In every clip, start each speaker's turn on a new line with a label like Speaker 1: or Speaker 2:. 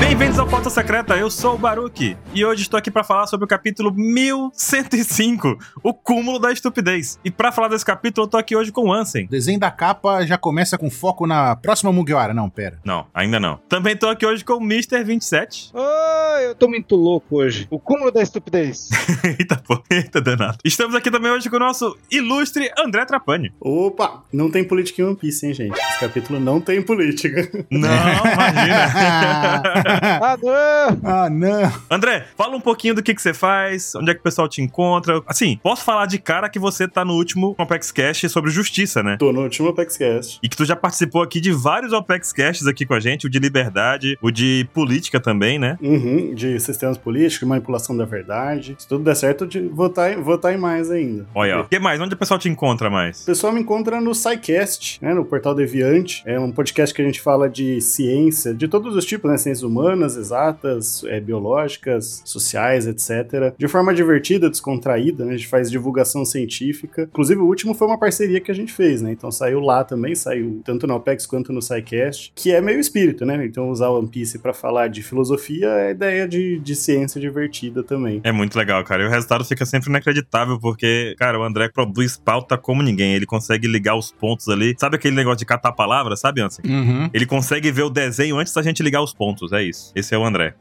Speaker 1: Bem-vindos ao Pauta Secreta, eu sou o Baruki e hoje estou aqui para falar sobre o capítulo 1105, o cúmulo da estupidez. E para falar desse capítulo, eu tô aqui hoje com o Ansem.
Speaker 2: O desenho da capa já começa com foco na próxima Mugiwara. Não, pera.
Speaker 1: Não, ainda não. Também tô aqui hoje com o Mr. 27.
Speaker 3: Ai, eu tô muito louco hoje. O cúmulo da estupidez.
Speaker 1: eita pô, eita danado. Estamos aqui também hoje com o nosso ilustre André Trapani.
Speaker 4: Opa, não tem política em One Piece, hein, gente? Esse capítulo não tem política.
Speaker 1: Não,
Speaker 2: É.
Speaker 1: imagina.
Speaker 3: ah, não!
Speaker 2: ah, não.
Speaker 1: André, fala um pouquinho do que, que você faz, onde é que o pessoal te encontra. Assim, posso falar de cara que você tá no último Complex Cash sobre justiça, né?
Speaker 4: Tô no último Apexcast.
Speaker 1: E que tu já participou aqui de vários Opex Casts aqui com a gente, o de liberdade, o de política também, né?
Speaker 4: Uhum, de sistemas políticos, manipulação da verdade. Se tudo der certo, de votar, tá em- votar em mais ainda.
Speaker 1: Olha, ó. O que mais? Onde o pessoal te encontra
Speaker 4: O
Speaker 1: mais?
Speaker 4: pessoal me encontra no SciCast, né, no Portal Deviante. É um podcast que a gente fala de ciência, de todos os tipos, né? Ciências humanas, exatas, é, biológicas, sociais, etc. De forma divertida, descontraída, né? A gente faz divulgação científica. Inclusive, o último foi uma parceria que a gente fez, né? Então saiu lá também, saiu tanto no Apex quanto no SciCast, que é meio espírito, né? Então usar o One Piece pra falar de filosofia é ideia de, de ciência divertida também.
Speaker 1: É muito legal, cara. E o resultado fica sempre inacreditável, porque, cara, o André produz pauta como ninguém. Ele consegue ligar os pontos ali. Sabe aquele negócio de catar a palavra, sabe, Anson?
Speaker 2: Uhum.
Speaker 1: Ele consegue ver o desenho antes da gente ligar os pontos, é isso. Esse é o André.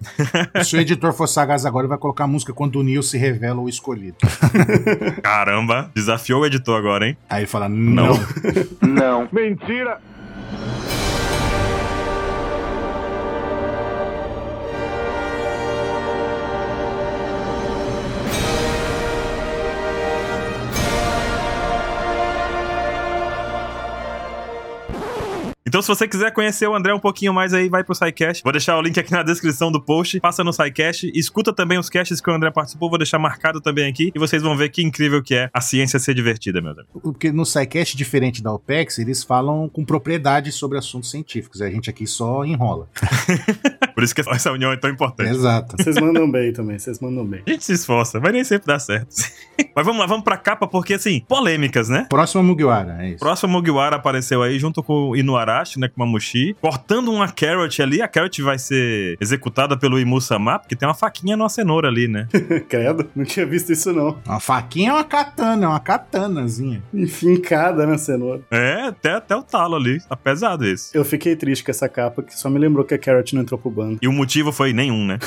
Speaker 2: Se o editor for sagaz agora, ele vai colocar a música quando o Neil se revela o escolhido.
Speaker 1: Caramba, desafiou o editor agora, hein?
Speaker 2: Aí ele fala, não.
Speaker 3: Não.
Speaker 5: Mentira!
Speaker 1: Então, se você quiser conhecer o André um pouquinho mais aí, vai pro SciCast. Vou deixar o link aqui na descrição do post. Passa no SciCast, escuta também os casts que o André participou, vou deixar marcado também aqui. E vocês vão ver que incrível que é a ciência ser divertida, meus amigos.
Speaker 2: Porque no SciCast, diferente da OPEX, eles falam com propriedade sobre assuntos científicos. A gente aqui só enrola.
Speaker 1: Por isso que essa união é tão importante.
Speaker 2: Exato.
Speaker 4: Vocês mandam bem também, vocês mandam bem.
Speaker 1: A gente se esforça, mas nem sempre dá certo. mas vamos lá, vamos pra capa, porque assim, polêmicas, né?
Speaker 2: Próxima Mugiwara, é isso.
Speaker 1: Próximo Mugiwara apareceu aí junto com o Inuarashi, né, com o Mamushi, cortando uma Carrot ali. A Carrot vai ser executada pelo Imu-sama, porque tem uma faquinha numa cenoura ali, né?
Speaker 4: Credo, não tinha visto isso não.
Speaker 2: Uma faquinha é uma katana, é uma katanazinha.
Speaker 4: Enfincada na cenoura.
Speaker 1: é, até, até o talo ali. Tá pesado esse.
Speaker 4: Eu fiquei triste com essa capa, que só me lembrou que a Carrot não entrou pro bando.
Speaker 1: E o motivo foi nenhum, né?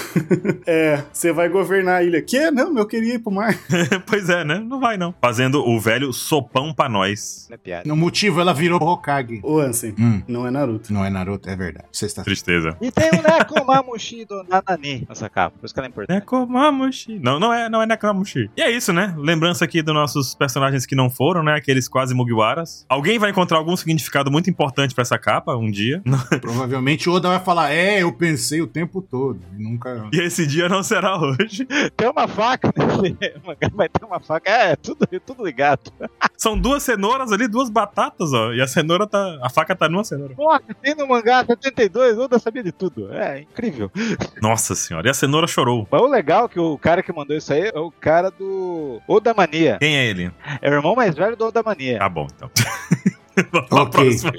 Speaker 4: É, você vai governar a ilha. Que? Não, eu queria ir pro mar.
Speaker 1: pois é, né? Não vai não. Fazendo o velho sopão pra nós.
Speaker 3: Não é piada.
Speaker 2: No motivo, ela virou Hokage.
Speaker 4: Ô, Ansem,
Speaker 2: Hum,
Speaker 4: não é Naruto.
Speaker 2: não é Naruto, é verdade. Você está...
Speaker 1: Tristeza.
Speaker 3: E tem o Nekomamushi do Nanani nessa capa. Por isso que ela é importante.
Speaker 1: Nekomamushi. Não, não é, não é Nekomamushi. E é isso, né? Lembrança aqui dos nossos personagens que não foram, né? Aqueles quase Mugiwaras. Alguém vai encontrar algum significado muito importante pra essa capa um dia.
Speaker 2: Provavelmente Oda vai falar, é, eu pensei o tempo todo. E nunca...
Speaker 1: E esse dia não será hoje.
Speaker 3: Tem uma faca nesse mangá, vai ter uma faca. É, tudo, tudo ligado.
Speaker 1: São duas cenouras ali, duas batatas, ó. E a cenoura tá. A faca tá numa cenoura.
Speaker 3: Nossa, tem no mangá 72, Oda sabia de tudo. É, incrível.
Speaker 1: Nossa senhora. E a cenoura chorou.
Speaker 3: Mas o legal é que o cara que mandou isso aí é o cara do Oda Mania.
Speaker 1: Quem é ele?
Speaker 3: É o irmão mais velho do Oda Mania.
Speaker 1: Tá bom, então. Vamos pra
Speaker 2: Ok.
Speaker 1: próxima.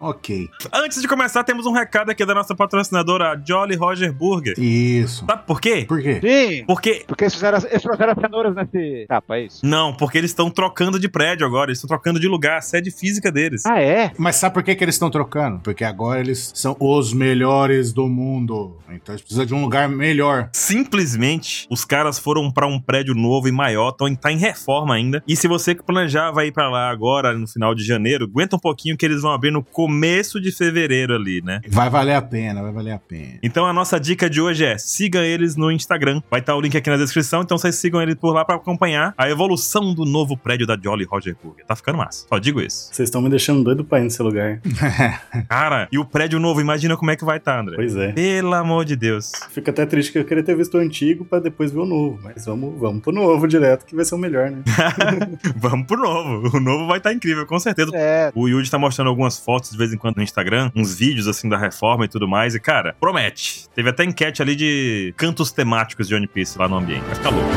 Speaker 2: Ok.
Speaker 1: Antes de começar, temos um recado aqui da nossa patrocinadora, a Jolly Roger Burger.
Speaker 2: Isso.
Speaker 1: Sabe por quê?
Speaker 2: Por quê?
Speaker 3: Sim,
Speaker 1: Porque.
Speaker 3: porque eles, fizeram, eles trouxeram as cenouras nesse capa, é isso?
Speaker 1: Não, porque eles estão trocando de prédio agora, eles estão trocando de lugar, a sede física deles.
Speaker 3: Ah, é?
Speaker 2: Mas sabe por que, que eles estão trocando? Porque agora eles são os melhores do mundo. Então eles precisam de um lugar melhor.
Speaker 1: Simplesmente, os caras foram pra um prédio novo e maior, tão, tá em reforma ainda. E se você que planejar vai ir pra lá agora, no final de janeiro, aguenta um pouquinho que eles vão abrir no começo de fevereiro ali, né?
Speaker 2: Vai valer a pena, vai valer a pena.
Speaker 1: Então a nossa dica de hoje é siga eles no Instagram. Vai estar o link aqui na descrição, então vocês sigam eles por lá pra acompanhar a evolução do novo prédio da Jolly Roger Burger. Tá ficando massa. Só digo isso.
Speaker 4: Vocês estão me deixando doido pra ir nesse lugar.
Speaker 1: Cara, e o prédio novo, imagina como é que vai estar, André.
Speaker 4: Pois é.
Speaker 1: Pelo amor de Deus.
Speaker 4: Fico até triste que eu queria ter visto o antigo pra depois ver o novo. Mas vamos, vamos pro novo direto, que vai ser o melhor, né?
Speaker 1: Vamos pro novo. O novo vai estar incrível, com certeza.
Speaker 3: É,
Speaker 1: O Yuji tá mostrando algumas fotos de vez em quando no Instagram, uns vídeos assim da reforma e tudo mais. E, cara, promete. Teve até enquete ali de cantos temáticos de One Piece lá no ambiente. Vai ficar louco.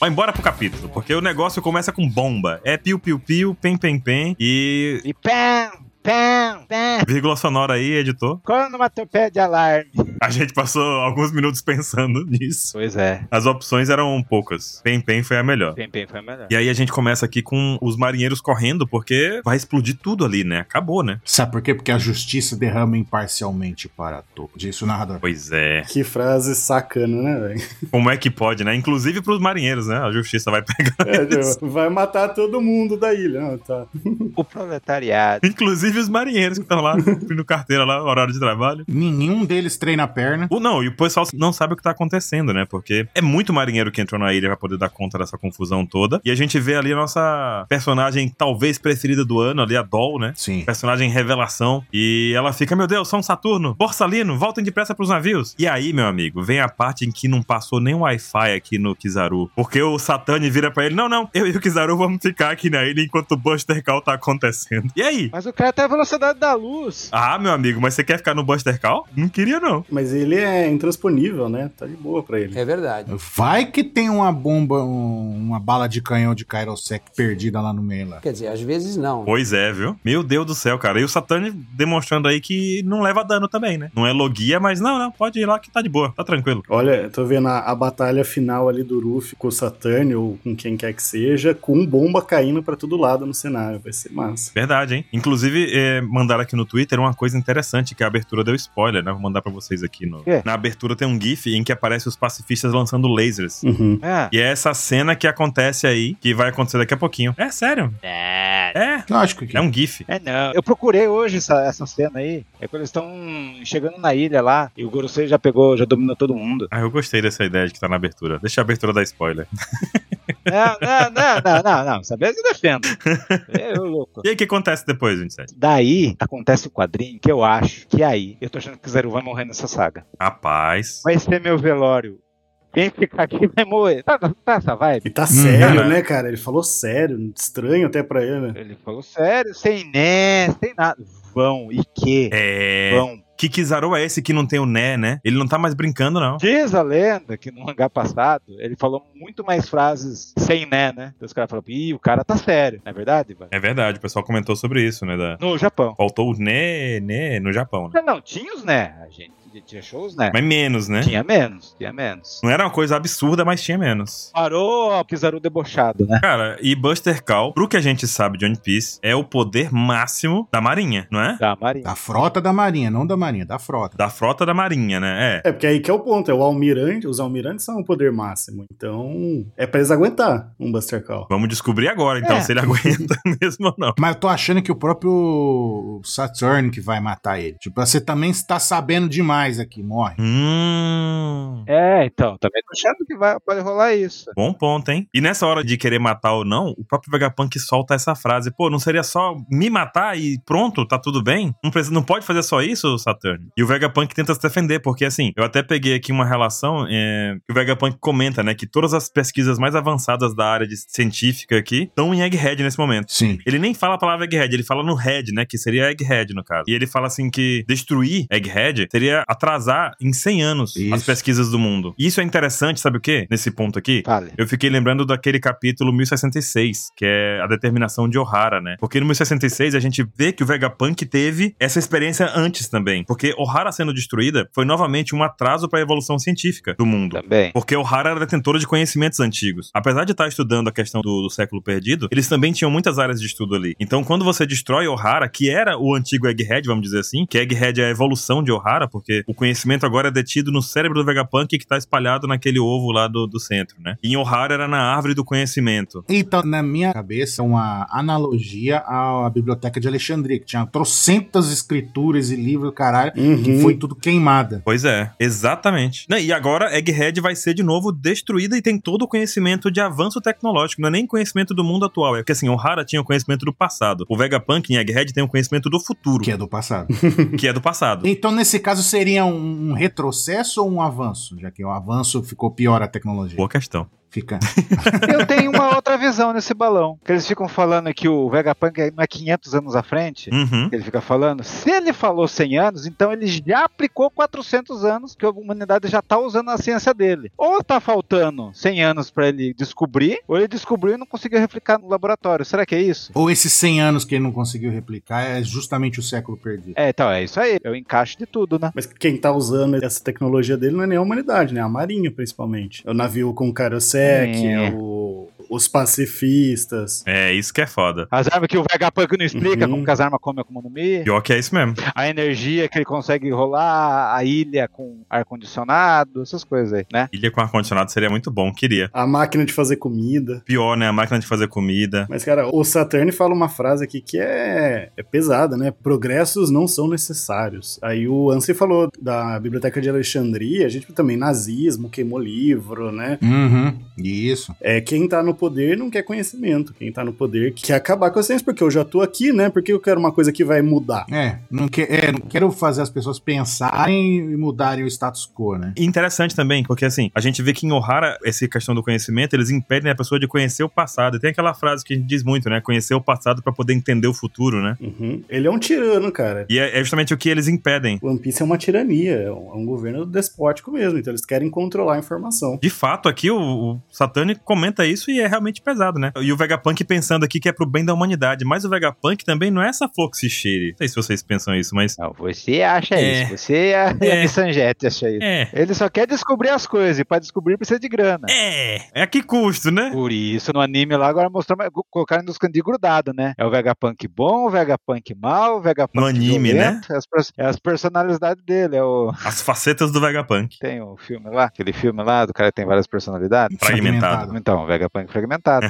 Speaker 1: Vai embora pro capítulo, porque o negócio começa com bomba. É piu-piu-piu, pem-pem-pem e...
Speaker 3: E pam, pam, pam.
Speaker 1: Vírgula sonora aí, editor.
Speaker 3: Cronomatopédia alarme.
Speaker 1: A gente passou alguns minutos pensando nisso.
Speaker 3: Pois é.
Speaker 1: As opções eram poucas. Pem-pem foi a melhor.
Speaker 3: Pem, pem foi a melhor.
Speaker 1: E aí a gente começa aqui com os marinheiros correndo, porque vai explodir tudo ali, né? Acabou, né?
Speaker 2: Sabe por quê? Porque a justiça derrama imparcialmente para todos. Disse o narrador.
Speaker 1: Pois é.
Speaker 4: Que frase sacana, né, velho?
Speaker 1: Como é que pode, né? Inclusive pros marinheiros, né? A justiça vai pegar.
Speaker 4: É, tipo, vai matar todo mundo da ilha. Não, tá.
Speaker 3: O proletariado.
Speaker 1: Inclusive os marinheiros que estão lá, cumprindo carteira lá, horário de trabalho.
Speaker 2: Nenhum deles treina a perna.
Speaker 1: O, não, e o pessoal não sabe o que tá acontecendo, né? Porque é muito marinheiro que entrou na ilha pra poder dar conta dessa confusão toda. E a gente vê ali a nossa personagem talvez preferida do ano, ali, a Doll, né?
Speaker 2: Sim.
Speaker 1: Personagem revelação. E ela fica, meu Deus, São Saturno, Borsalino, voltem depressa pros navios. E aí, meu amigo, vem a parte em que não passou nem Wi-Fi aqui no Kizaru. Porque o Satani vira pra ele, não, não, eu e o Kizaru vamos ficar aqui na ilha enquanto o Buster Call tá acontecendo. E aí?
Speaker 3: Mas o cara tá a velocidade da luz.
Speaker 1: Ah, meu amigo, mas você quer ficar no Buster Call? Não queria, não.
Speaker 4: Mas ele é intransponível, né? Tá de boa pra ele.
Speaker 5: É verdade.
Speaker 2: Vai que tem uma bomba, um- uma bala de canhão de Kairosec perdida lá no meio lá.
Speaker 5: Quer dizer, às vezes não.
Speaker 1: Pois é, viu? Meu Deus do céu, cara. E o Satani demonstrando aí que não leva dano também, né? Não é logia, mas não, não, pode ir lá que tá de boa, tá tranquilo.
Speaker 4: Olha, tô vendo a, a batalha final ali do Ruffy com o Saturn ou com quem quer que seja, com bomba caindo pra todo lado no cenário. Vai ser massa.
Speaker 1: Verdade, hein? Inclusive, eh, mandaram aqui no Twitter uma coisa interessante, que a abertura deu spoiler, né? Vou mandar pra vocês aqui. No...
Speaker 3: Quê?
Speaker 1: Na abertura tem um gif em que aparece os pacifistas lançando lasers.
Speaker 4: Uhum.
Speaker 3: Ah.
Speaker 1: E é essa cena que acontece aí, que vai acontecer daqui a pouquinho. É sério?
Speaker 3: É.
Speaker 1: É.
Speaker 2: Lógico que.
Speaker 1: É um gif.
Speaker 3: É não. Eu procurei hoje essa, essa cena aí. É quando eles estão chegando na ilha lá e o Gorosei já pegou, já dominou todo mundo.
Speaker 1: Ah, eu gostei dessa ideia de que tá na abertura. Deixa a abertura dar spoiler.
Speaker 3: Não, não, não, não, não, não. é Sabe, se defendo. Eu louco.
Speaker 1: E aí, o que acontece depois, 27?
Speaker 3: Daí acontece o quadrinho que eu acho que aí, eu tô achando que o Zeru vai morrer nessa saga.
Speaker 1: Rapaz.
Speaker 3: Vai ser meu velório. Quem ficar aqui vai morrer. Tá, tá, tá essa vibe?
Speaker 4: E tá sério,
Speaker 1: cara.
Speaker 4: né, cara? Ele falou sério, estranho até pra ele, né?
Speaker 3: Ele falou sério, sem né, sem nada. Vão e que?
Speaker 1: É.
Speaker 3: Vão.
Speaker 1: Que Kizaru é esse que não tem o né, né? Ele não tá mais brincando, não.
Speaker 3: Diz a lenda que no hangar passado ele falou muito mais frases sem né, né? Então os caras falaram, ih, o cara tá sério, não é verdade, Ivan?
Speaker 1: É verdade, o pessoal comentou sobre isso, né? Da...
Speaker 3: No Japão.
Speaker 1: Faltou o né, né no Japão, né?
Speaker 3: Não, não, tinha os né, a gente tinha shows né.
Speaker 1: Mas menos, né?
Speaker 3: Tinha menos, tinha menos.
Speaker 1: Não era uma coisa absurda, mas tinha menos.
Speaker 3: Parou ó, Kizaru debochado, né?
Speaker 1: Cara, e Buster Call, pro que a gente sabe de One Piece, é o poder máximo da marinha, não é?
Speaker 3: Da Marinha.
Speaker 2: Da frota da marinha, não da marinha, da frota.
Speaker 1: Da frota da marinha, né? É.
Speaker 4: É, porque aí que é o ponto, é o almirante, os almirantes são o poder máximo, então é pra eles aguentar um Buster Call.
Speaker 1: Vamos descobrir agora, então,
Speaker 3: É.
Speaker 1: se ele aguenta mesmo ou não.
Speaker 2: Mas eu tô achando que o próprio Saturn que vai matar ele. Tipo, você também está sabendo demais aqui, morre.
Speaker 1: Hum.
Speaker 3: É, então, também tô achando que vai, pode rolar isso.
Speaker 1: Bom ponto, hein? E nessa hora de querer matar ou não, o próprio Vegapunk solta essa frase: pô, não seria só me matar e pronto, tá tudo bem? Não, precisa, não pode fazer só isso, Saturn? E o Vegapunk tenta se defender, porque assim, eu até peguei aqui uma relação é, que o Vegapunk comenta, né, que todas as pesquisas mais avançadas da área de científica aqui estão em Egghead nesse momento.
Speaker 2: Sim.
Speaker 1: Ele nem fala a palavra Egghead, ele fala no Head, né? Que seria Egghead, no caso. E ele fala assim que destruir Egghead seria atrasar em 100 anos as
Speaker 2: Isso.
Speaker 1: pesquisas do mundo. E isso é interessante, sabe o quê? Nesse ponto aqui.
Speaker 3: Fale.
Speaker 1: Eu fiquei lembrando daquele capítulo 1066, que é a determinação de O'Hara, né? Porque no 1066 a gente vê que o Vegapunk teve essa experiência antes também. Porque O'Hara sendo destruída foi novamente um atraso para a evolução científica do mundo.
Speaker 3: Também.
Speaker 1: Porque o Hara era detentora de conhecimentos antigos. Apesar de estar estudando a questão do, do século perdido, eles também tinham muitas áreas de estudo ali. Então, quando você destrói o Hara, que era o antigo Egghead, vamos dizer assim, que Egghead é a evolução de O'Hara, porque o conhecimento agora é detido no cérebro do Vegapunk que está espalhado naquele ovo lá do, do centro, né? E em O'Hara era na árvore do conhecimento.
Speaker 2: Então, na minha cabeça, uma analogia à Biblioteca de Alexandria, que tinha trocentas escrituras e livros, caralho, que
Speaker 4: Uhum.
Speaker 2: foi tudo queimada.
Speaker 1: Pois é, exatamente. Não, E agora Egghead vai ser de novo destruída e tem todo o conhecimento de avanço tecnológico, não é nem conhecimento do mundo atual. É porque assim, o Hara tinha o conhecimento do passado. O Vegapunk em Egghead tem o conhecimento do futuro,
Speaker 2: Que é do passado.
Speaker 1: que é do passado.
Speaker 2: então, nesse caso, seria um um retrocesso ou um avanço? Já que o avanço ficou pior a tecnologia.
Speaker 1: Boa questão.
Speaker 2: Fica.
Speaker 3: Eu tenho uma outra visão nesse balão. Que eles ficam falando que o Vegapunk é mais 500 anos à frente.
Speaker 1: Uhum.
Speaker 3: Ele fica falando, se ele falou 100 anos, então ele já aplicou 400 anos que a humanidade já tá usando a ciência dele. Ou tá faltando 100 anos pra ele descobrir, ou ele descobriu e não conseguiu replicar no laboratório. Será que é isso?
Speaker 2: Ou esses 100 anos que ele não conseguiu replicar é justamente o século perdido.
Speaker 3: É, então é isso aí. É o encaixe de tudo, né?
Speaker 4: Mas quem tá usando essa tecnologia dele não é nem a humanidade, né? A marinha, principalmente. É O navio com Karosek,
Speaker 3: É.
Speaker 4: é o- os pacifistas.
Speaker 1: É, isso que é foda.
Speaker 3: As armas que o Vegapunk não explica,
Speaker 4: Uhum.
Speaker 3: como que as armas comem a Akuma no Mi,
Speaker 1: Pior que é isso mesmo.
Speaker 3: a energia que ele consegue rolar, a ilha com ar-condicionado, essas coisas aí, né?
Speaker 1: Ilha com ar-condicionado seria muito bom, queria.
Speaker 4: A máquina de fazer comida.
Speaker 1: Pior, né? A máquina de fazer comida.
Speaker 4: Mas, cara, o Saturn fala uma frase aqui que é, é pesada, né? Progressos não são necessários. Aí o Ansem falou da Biblioteca de Alexandria, a gente também, nazismo, queimou livro, né?
Speaker 2: Uhum. Isso.
Speaker 4: É, quem tá no poder não quer conhecimento. Quem tá no poder quer acabar com a ciência, porque eu já tô aqui, né? Porque eu quero uma coisa que vai mudar.
Speaker 2: É não, que- é, não quero fazer as pessoas pensarem e mudarem o status quo, né?
Speaker 1: E interessante também, porque assim, a gente vê que em Ohara, essa questão do conhecimento, eles impedem a pessoa de conhecer o passado. E tem aquela frase que a gente diz muito, né? Conhecer o passado pra poder entender o futuro, né?
Speaker 4: Uhum. Ele é um tirano, cara.
Speaker 1: E é é justamente o que eles impedem.
Speaker 4: One Piece é uma tirania, é um é um governo despótico mesmo, então eles querem controlar a informação.
Speaker 1: De fato, aqui o, o Saturn comenta isso e é realmente pesado, né? E o Vegapunk pensando aqui que é pro bem da humanidade, mas o Vegapunk também não é essa flor que se cheire. Não sei se vocês pensam isso, mas.
Speaker 3: Não, você acha
Speaker 1: É.
Speaker 3: isso, você a,
Speaker 1: É.
Speaker 3: a Missangete acha isso.
Speaker 1: É.
Speaker 3: Ele só quer descobrir as coisas, e pra descobrir precisa de grana.
Speaker 1: É. É a que custo, né?
Speaker 3: Por isso, no anime lá, agora mostrou, mas co- colocaram nos cantinhos grudado, né? É o Vegapunk bom, o Vegapunk mal, o Vegapunk
Speaker 1: No anime, né?
Speaker 3: violento, é As, pers- é as personalidades dele, é o...
Speaker 1: As facetas do Vegapunk.
Speaker 3: Tem o filme lá, aquele filme lá, do cara que tem várias personalidades.
Speaker 1: Fragmentado.
Speaker 3: Então, o Vegapunk fragmentado.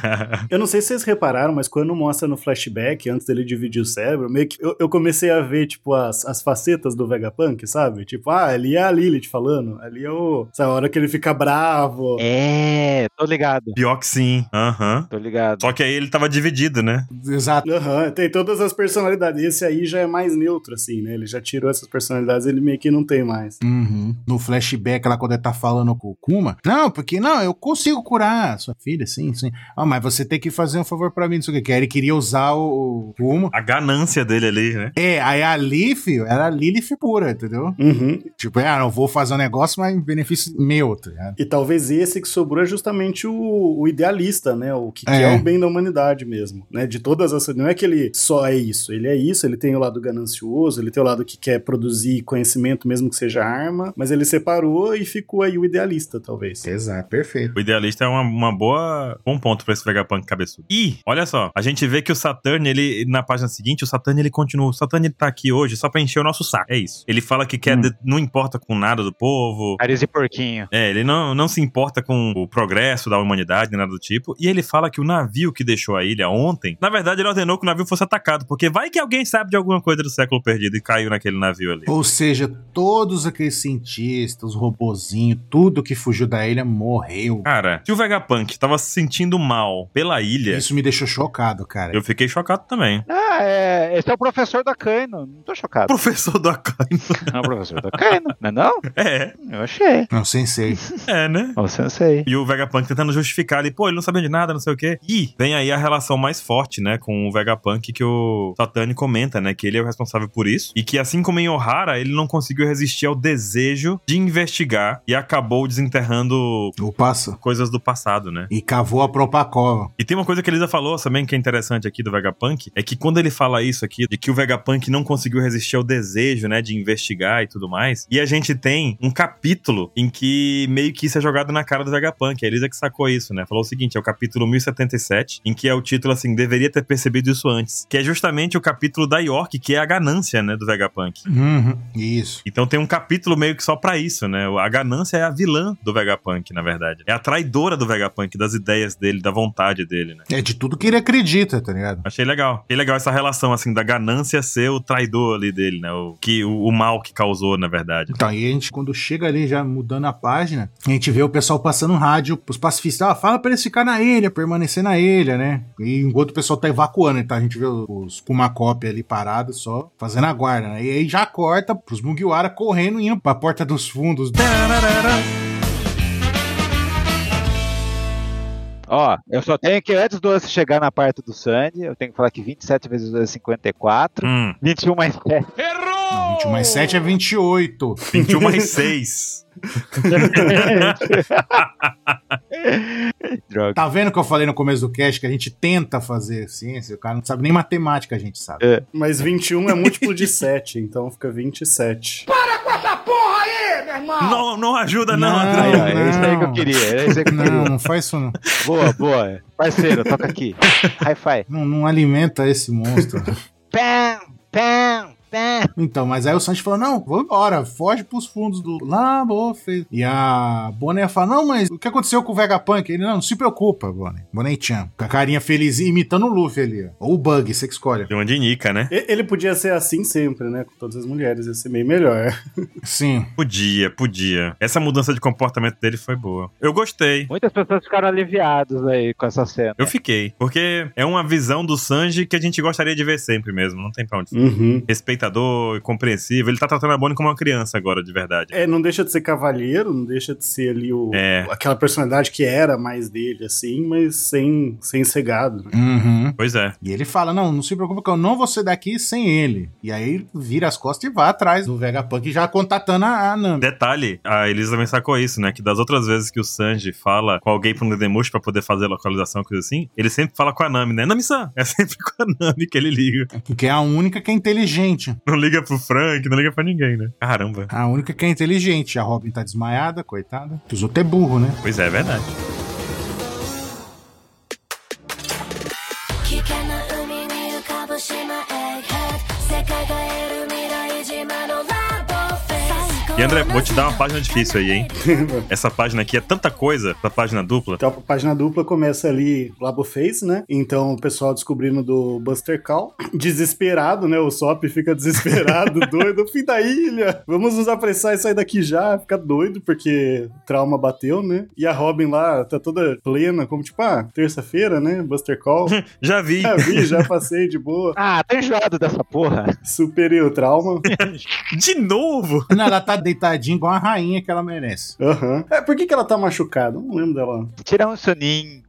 Speaker 4: Eu não sei se vocês repararam, mas quando mostra no flashback, antes dele dividir o cérebro, meio que eu, eu comecei a ver, tipo, as, as facetas do Vegapunk, sabe? Tipo, ah, ali é a Lilith falando, ali é o. Essa hora que ele fica bravo.
Speaker 3: É, tô ligado.
Speaker 1: Pior que sim. Aham.
Speaker 3: Tô ligado.
Speaker 1: Só que aí ele tava dividido, né?
Speaker 2: Exato.
Speaker 4: Aham, tem todas as personalidades. Esse aí já é mais neutro, assim, né? Ele já tirou essas personalidades, ele meio que não tem mais.
Speaker 2: Uhum. No flashback lá quando ele tá falando com o Kuma. Não, porque não, eu consigo curar a sua filha, sim, sim. Ah, mas você tem que fazer um favor pra mim, não sei o que. que. Aí Ele queria usar o o Kuma.
Speaker 1: A ganância dele ali, né?
Speaker 2: É, aí a Leaf era a Lilith pura, entendeu?
Speaker 4: Uhum.
Speaker 2: Tipo, ah, não vou fazer um negócio, mas em benefício meu, tá ligado?
Speaker 4: E talvez esse que sobrou é justamente o, o idealista, né? O que, que
Speaker 2: É.
Speaker 4: é. o bem da humanidade mesmo, né? De todas as... Não é que ele só é isso. Ele é isso, ele tem o lado ganancioso, ele tem o lado que quer produzir conhecimento, mesmo que seja arma, mas ele separou e ficou aí o idealista, talvez.
Speaker 2: Exato, perfeito.
Speaker 1: O idealista é uma, uma boa bom ponto pra esse Vegapunk cabeçudo. E, olha só, a gente vê que o Saturn, ele, na página seguinte, o Saturn ele continua. O Saturn ele tá aqui hoje só pra encher o nosso saco. É isso. Ele fala que quer
Speaker 3: Hum.
Speaker 1: de- não importa com nada do povo.
Speaker 3: Nariz de porquinho.
Speaker 1: É, ele não, não se importa com o progresso da humanidade, nem nada do tipo. E ele fala que o navio que deixou a ilha ontem, na verdade, ele ordenou que o navio fosse atacado, porque vai que alguém sabe de alguma coisa do século perdido e caiu naquele navio ali.
Speaker 2: Ou seja, todos aqueles cientistas, os robozinhos, tudo que fugiu da ilha morreu.
Speaker 1: Cara, se o Vegapunk tava se sentindo mal pela ilha,
Speaker 2: Isso né? me deixou chocado, cara.
Speaker 1: É. eu fiquei chocado também.
Speaker 3: Ah, é. Esse é o professor da Kaino. Não tô chocado.
Speaker 1: Professor do Akainu.
Speaker 3: Não, é o professor da Kaino. Não é não?
Speaker 1: É,
Speaker 3: Eu achei.
Speaker 2: Não, sem ser.
Speaker 1: é, né?
Speaker 3: Ô, sensei.
Speaker 1: E o Vegapunk tentando justificar ali, pô, ele não sabia de nada, não sei o quê. E vem aí a relação mais forte, né, com o Vegapunk que o Satani comenta, né, que ele é o responsável por isso. E que assim como em Ohara, ele não conseguiu resistir ao desejo de investigar e acabou desenterrando
Speaker 2: O passo.
Speaker 1: coisas do passado, né?
Speaker 2: E cavou a própria cova.
Speaker 1: E tem uma coisa que a Elisa falou também que é interessante aqui do Vegapunk, é que quando ele fala isso aqui, de que o Vegapunk não conseguiu resistir ao desejo, né, de investigar e tudo mais, e a gente tem um capítulo em que meio que isso é jogado na cara do Vegapunk, é a Elisa que sacou isso, né, falou o seguinte, é o capítulo 1077, em que é o título assim, deveria ter percebido isso antes, que é justamente o capítulo da York, que é a ganância, né, do Vegapunk.
Speaker 2: Uhum. Isso.
Speaker 1: Então tem um capítulo meio que só pra isso, né? A ganância é a vilã do Vegapunk, na verdade. É a traidora do Vegapunk, das ideias dele, da vontade dele, né?
Speaker 2: É de tudo que ele acredita, tá ligado?
Speaker 1: Achei legal. Achei legal essa relação, assim, da ganância ser o traidor ali dele, né? O, que, o, o mal que causou, na verdade.
Speaker 2: Então, e a gente, quando chega ali, já mudando a página, a gente vê o pessoal passando rádio, os pacifistas, ah, fala pra eles ficar na ilha, permanecer na ilha, né? E enquanto o pessoal tá evacuando, então a gente vê os Kumakop ali parados, só fazendo a guarda, né? E aí já corta pros Mugiwara correndo, indo pra porta dos fundos.
Speaker 3: Ó, eu só tenho que, antes do lance chegar na parte do Sandy, eu tenho que falar que 27 vezes 2 é 54.
Speaker 1: Hum,
Speaker 3: 21 mais 7.
Speaker 2: Não, 21 mais 7 é 28.
Speaker 1: 21 mais 6.
Speaker 3: Droga.
Speaker 2: Tá vendo que eu falei no começo do cast que a gente tenta fazer ciência? O cara não sabe nem matemática, a gente sabe.
Speaker 4: Mas 21 é múltiplo de 7, então fica 27.
Speaker 1: Não, não ajuda, não,
Speaker 2: Não.
Speaker 1: André.
Speaker 3: Aí, ó, é isso aí que eu
Speaker 2: não.
Speaker 3: queria. É isso aí que eu queria.
Speaker 2: Não, não faz isso não.
Speaker 3: Boa, boa. Parceiro, toca aqui. Hi-Fi.
Speaker 2: Não, não alimenta esse monstro.
Speaker 3: Pam, pam, pam.
Speaker 2: Então, mas aí o Sanji falou: não, vamos embora, foge pros fundos do Labo. fez. E a Bonnie fala: não, mas o que aconteceu com o Vegapunk? Ele: não, não se preocupa, Bonnie. Bonnie Chan. Com a carinha feliz imitando o Luffy ali, ó. Ou o Bug, você que escolhe.
Speaker 1: Deu uma de Nika, né?
Speaker 4: E- Ele podia ser assim sempre, né? Com todas as mulheres, ia ser meio melhor.
Speaker 2: Sim.
Speaker 1: Podia, podia. Essa mudança de comportamento dele foi boa. Eu gostei.
Speaker 3: Muitas pessoas ficaram aliviadas aí com essa cena.
Speaker 1: Eu fiquei. Porque é uma visão do Sanji que a gente gostaria de ver sempre mesmo. Não tem pra onde.
Speaker 4: Uhum.
Speaker 1: Respeitador, compreensível. Ele tá tratando a Bonnie como uma criança agora, de verdade.
Speaker 4: É, não deixa de ser cavalheiro, não deixa de ser ali o,
Speaker 1: É.
Speaker 4: aquela personalidade que era mais dele, assim, mas sem, sem ser gado. né?
Speaker 2: Uhum.
Speaker 1: Pois é.
Speaker 2: E ele fala: não, não se preocupa que eu não vou sair daqui sem ele. E aí vira as costas e vai atrás do Vegapunk já contatando a, a Nami.
Speaker 1: Detalhe, a Elisa também sacou isso, né? Que das outras vezes que o Sanji fala com alguém pro Nedemush pra poder fazer localização, coisa assim, ele sempre fala com a Nami, né? Nami-san! É sempre com a Nami que ele liga.
Speaker 2: Porque é a única que é inteligente.
Speaker 1: Não liga pro Frank, não liga pra ninguém, né? Caramba.
Speaker 2: A única que é inteligente. A Robin tá desmaiada, coitada. Os outros é burro, né?
Speaker 1: Pois é, é verdade.
Speaker 5: 「危険な海に浮かぶ島エッグヘッド」「世界が得る未来島のラボフェス」
Speaker 1: E André, vou te dar uma página difícil aí, hein? Essa página aqui é tanta coisa, essa página dupla.
Speaker 4: Então a página dupla começa ali Labo Face, né? Então o pessoal descobrindo do Buster Call, desesperado, né? O Sop fica desesperado, doido, fim da ilha. Vamos nos apressar e sair daqui já. Fica doido porque o trauma bateu, né? E a Robin lá tá toda plena, como tipo, ah, terça-feira, né? Buster Call.
Speaker 1: Já vi.
Speaker 4: Já vi, já passei de boa.
Speaker 3: Ah, tô enjoado dessa porra.
Speaker 4: Superei o trauma.
Speaker 1: De novo!
Speaker 2: Não, ela tá deitadinha igual a rainha que ela merece.
Speaker 4: Aham. É, por que, que ela tá machucada? Não lembro dela.
Speaker 3: Tirar um soninho.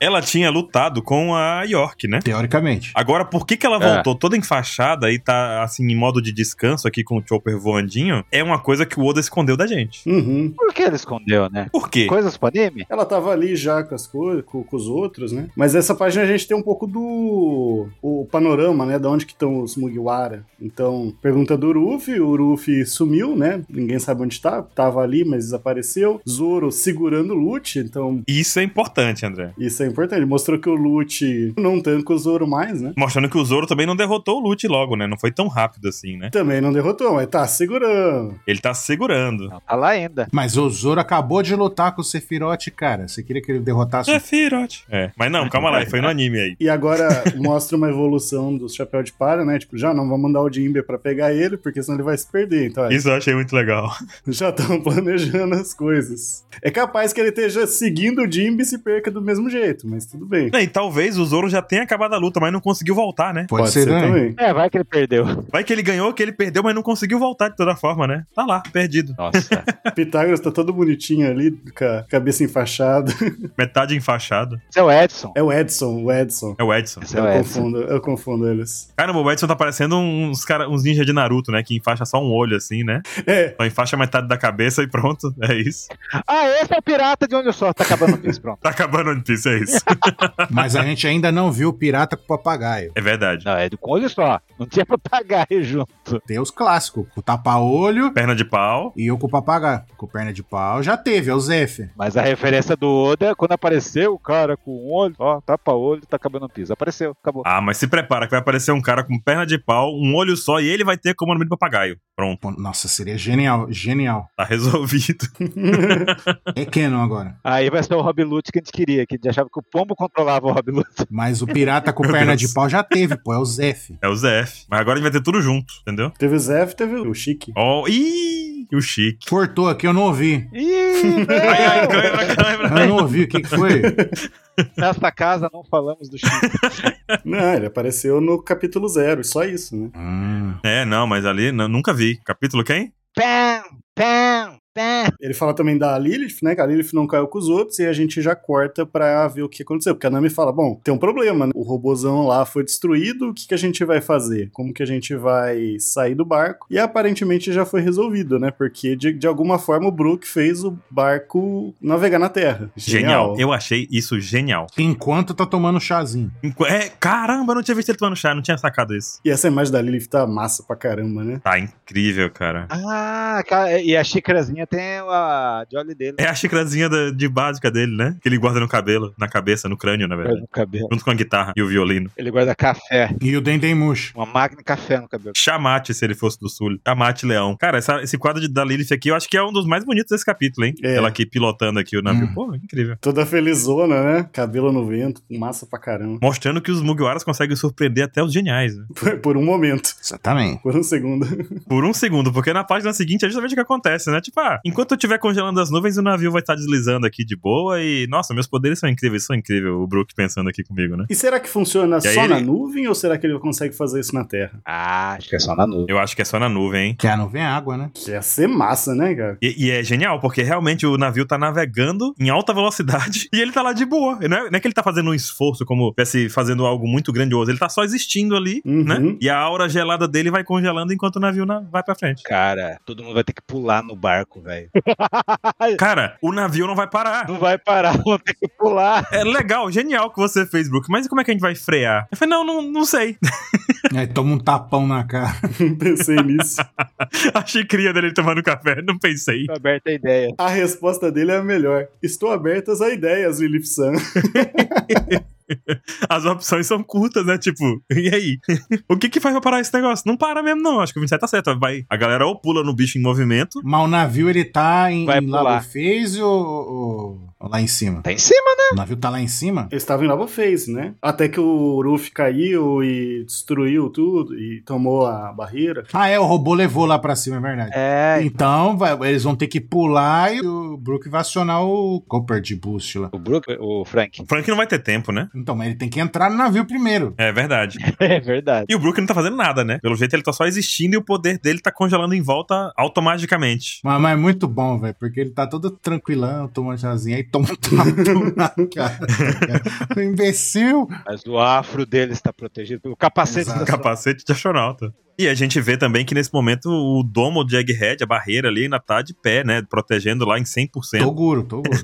Speaker 1: Ela tinha lutado com a York, né?
Speaker 2: Teoricamente.
Speaker 1: Agora, por que, que ela
Speaker 3: É.
Speaker 1: voltou toda enfaixada e tá, assim, em modo de descanso aqui com o Chopper voandinho? É uma coisa que o Oda escondeu da gente.
Speaker 4: Uhum.
Speaker 3: Por que ele escondeu, né?
Speaker 1: Por quê?
Speaker 3: Coisas pro anime?
Speaker 4: Ela tava ali já com as coisas, com, com os outros, né? Mas essa página a gente tem um pouco do o panorama, né? Da onde que estão os Mugiwara. Então, pergunta do Ruffy, o Ruffy sumiu, né? Ninguém sabe onde tá. Tava ali, mas desapareceu. Zoro segurando o Lute, então
Speaker 1: Isso é importante, André.
Speaker 4: isso é importante. Mostrou que o Lute não tanca o Zoro mais, né?
Speaker 1: Mostrando que o Zoro também não derrotou o Lute logo, né? Não foi tão rápido assim, né?
Speaker 4: Também não derrotou, mas tá segurando.
Speaker 1: Ele tá segurando.
Speaker 3: Não, tá lá ainda.
Speaker 2: Mas o Zoro acabou de lutar com o Sephiroth, cara. Você queria que ele derrotasse
Speaker 1: É,
Speaker 2: o
Speaker 1: Firote. É. Mas não, calma lá, foi no anime aí.
Speaker 4: E agora mostra uma evolução do chapéu de palha, né? Tipo, já não vou mandar o Jimbe pra pegar ele, porque senão ele vai se perder. Então, é,
Speaker 1: Isso eu achei muito legal.
Speaker 4: já estão planejando as coisas. É capaz que ele esteja seguindo o Jimbe e se perca do mesmo jeito, mas tudo bem.
Speaker 1: Não, E talvez o Zoro já tenha acabado a luta, mas não conseguiu voltar, né?
Speaker 2: Pode, ser, também.
Speaker 3: É, vai que ele perdeu.
Speaker 1: Vai que ele ganhou, que ele perdeu, mas não conseguiu voltar de toda forma, né? Tá lá, perdido.
Speaker 3: Nossa.
Speaker 4: Pitágoras tá todo bonitinho ali, com a cabeça enfaixada.
Speaker 1: Metade enfaixado.
Speaker 3: Seu Edson.
Speaker 4: É o Edson, o Edson.
Speaker 1: É o Edson.
Speaker 3: Seu
Speaker 4: Eu
Speaker 3: Edson.
Speaker 4: confundo, eu confundo eles.
Speaker 1: Caramba, o Edson tá parecendo uns, cara, uns ninja de Naruto, né? Que enfaixa só um olho, assim, né?
Speaker 4: É,
Speaker 1: Só enfaixa metade da cabeça e pronto. É isso.
Speaker 3: Ah, esse é o pirata de onde eu só. Tá acabando o piso, pronto.
Speaker 1: Tá acabando One Piece, é isso.
Speaker 2: Mas a gente ainda não viu o Pirata com o Papagaio.
Speaker 1: É verdade.
Speaker 3: Não, é do com olho só. Não tinha papagaio junto.
Speaker 2: Tem os clássicos. Com o tapa-olho
Speaker 1: Perna de pau.
Speaker 2: e eu com o Papagaio. Com perna de pau já teve, é o Zef.
Speaker 3: Mas a referência do Oda, quando apareceu o cara com um olho, ó, tapa olho, tá acabando o piso. Apareceu, acabou.
Speaker 1: Ah, mas se prepara que vai aparecer um cara com perna de pau, um olho só e ele vai ter como nome de papagaio. Pronto,
Speaker 2: Pô, Nossa, seria genial, genial.
Speaker 1: tá resolvido.
Speaker 2: É Canon agora.
Speaker 3: Aí vai ser o Rob Lute que a gente queria, que a gente achava que o pombo controlava o Rob Lute.
Speaker 2: Mas o Pirata com
Speaker 1: Meu
Speaker 2: perna
Speaker 1: Deus.
Speaker 2: de pau já teve, pô, é o Zef.
Speaker 1: É o ZF. Mas agora a gente vai ter tudo junto, entendeu?
Speaker 4: teve o Zef, teve o Chique.
Speaker 1: Ó, oh, ih, o chique.
Speaker 2: Cortou aqui, eu não ouvi.
Speaker 3: Ih,
Speaker 1: Ai, ai,
Speaker 3: não!
Speaker 1: câmera, câmera.
Speaker 2: Ah, Eu não ouvi o que, que foi.
Speaker 3: Nesta casa não falamos do Chico.
Speaker 4: Não, ele apareceu no capítulo zero, só isso, né?
Speaker 2: Hum.
Speaker 1: É, não, mas ali não, nunca vi. Capítulo quem?
Speaker 3: Pam, pam, pé.
Speaker 4: Ele fala também da Lilith, né? Que a Lilith não caiu com os outros e a gente já corta pra ver o que aconteceu. Porque a Nami fala: bom, tem um problema, né? O robozão lá foi destruído, o que, que a gente vai fazer? Como que a gente vai sair do barco? E aparentemente já foi resolvido, né? Porque de, de alguma forma o Brook fez o barco navegar na Terra.
Speaker 1: Genial. Eu achei isso genial.
Speaker 2: Enquanto tá tomando chazinho.
Speaker 1: Enqu- É, caramba, eu não tinha visto ele tomando chá, não tinha sacado isso.
Speaker 4: E essa imagem da Lilith tá massa pra caramba, né?
Speaker 1: Tá incrível, cara.
Speaker 3: Ah, cara, e a xícarazinha tem a de óleo dele. né?
Speaker 1: É a xicrazinha da- de básica dele, né? Que ele guarda no cabelo, na cabeça, no crânio, na verdade.
Speaker 3: No cabelo.
Speaker 1: Junto com a guitarra e o violino.
Speaker 3: Ele guarda café.
Speaker 2: E o Dendemush.
Speaker 3: Uma máquina de café no cabelo.
Speaker 1: Chamate, se ele fosse do sul. Chamate Leão. Cara, essa- esse quadro de, da Lilith aqui, eu acho que é um dos mais bonitos desse capítulo, hein?
Speaker 4: É.
Speaker 1: Ela aqui pilotando aqui o navio.
Speaker 2: Hum.
Speaker 1: Pô, incrível.
Speaker 4: Toda felizona, né? Cabelo no vento, massa pra caramba.
Speaker 1: Mostrando que os Mugiwaras conseguem surpreender até os geniais, né?
Speaker 4: Por, por um momento,
Speaker 2: Exatamente.
Speaker 4: por um segundo.
Speaker 1: Por um segundo, porque na página seguinte é justamente o que acontece, né? Tipo, ah, enquanto eu estiver congelando as nuvens, o navio vai estar deslizando aqui de boa e, nossa, meus poderes são incríveis, são incríveis. O Brook pensando aqui comigo, né?
Speaker 4: E será que funciona
Speaker 1: aí
Speaker 4: só na
Speaker 1: ele-
Speaker 4: nuvem ou será que ele consegue fazer isso na Terra?
Speaker 3: Ah, acho que é só na nuvem.
Speaker 1: Eu acho que é só na nuvem, hein?
Speaker 2: Que a nuvem é água, né?
Speaker 4: Ia ser massa, né, cara?
Speaker 1: E, e é genial, porque realmente o navio tá navegando em alta velocidade e ele tá lá de boa. E Não é, não é que ele tá fazendo um esforço como se fazendo algo muito grandioso, ele tá só existindo ali,
Speaker 4: Uhum.
Speaker 1: né? E a aura gelada dele vai congelando enquanto o navio na- vai pra frente.
Speaker 3: Cara, todo mundo vai ter que pular no barco, velho.
Speaker 1: Cara, o navio não vai parar.
Speaker 3: Não vai parar, vão ter que pular.
Speaker 1: É legal, genial o que você fez, Brook, mas como é que a gente vai frear? Eu falei, não, não, não sei.
Speaker 2: Aí toma um tapão na cara.
Speaker 4: Pensei nisso.
Speaker 1: Achei cria dele tomando café, não pensei.
Speaker 3: Tô aberta a ideia.
Speaker 4: A resposta dele é a melhor. Estou abertas a ideias, Lilith San.
Speaker 1: As opções são curtas, né? Tipo, e aí? o que que faz pra parar esse negócio? Não para mesmo, não. Acho que o 27 tá certo. Vai. A galera ou pula no bicho em movimento.
Speaker 2: Mas o navio ele tá em,
Speaker 3: Vai
Speaker 2: em
Speaker 3: pular.
Speaker 2: Lago Face ou, ou- ou lá em cima?
Speaker 3: Tá em cima,
Speaker 2: O navio tá lá em cima?
Speaker 4: Eu estava em Lava Face, né? Até que o Ruff caiu e destruiu tudo e tomou a barreira.
Speaker 2: Ah, é, o robô levou lá pra cima, é verdade.
Speaker 3: né? É.
Speaker 2: Então, vai- eles vão ter que pular e o Brook vai acionar o Copper de Boost lá.
Speaker 3: O Brook, o Frank.
Speaker 1: O Frank não vai ter tempo, né?
Speaker 2: Então, mas ele tem que entrar no navio primeiro.
Speaker 1: É verdade.
Speaker 3: É verdade.
Speaker 1: E o Brook não tá fazendo nada, né? Pelo jeito ele tá só existindo e o poder dele tá congelando em volta automaticamente.
Speaker 2: Mas, mas é muito bom, velho, porque ele tá todo tranquilão, tomando chazinho, aí toma um tapa na cara. O imbecil.
Speaker 3: Mas o afro dele está protegido. O capacete tá-
Speaker 2: Exato.
Speaker 3: da sua-
Speaker 1: Capacete de astronauta. E a gente vê também que nesse momento o domo de Egghead, a barreira ali, ainda tá de pé, né? Protegendo lá em 100%.
Speaker 2: Toguro, Toguro.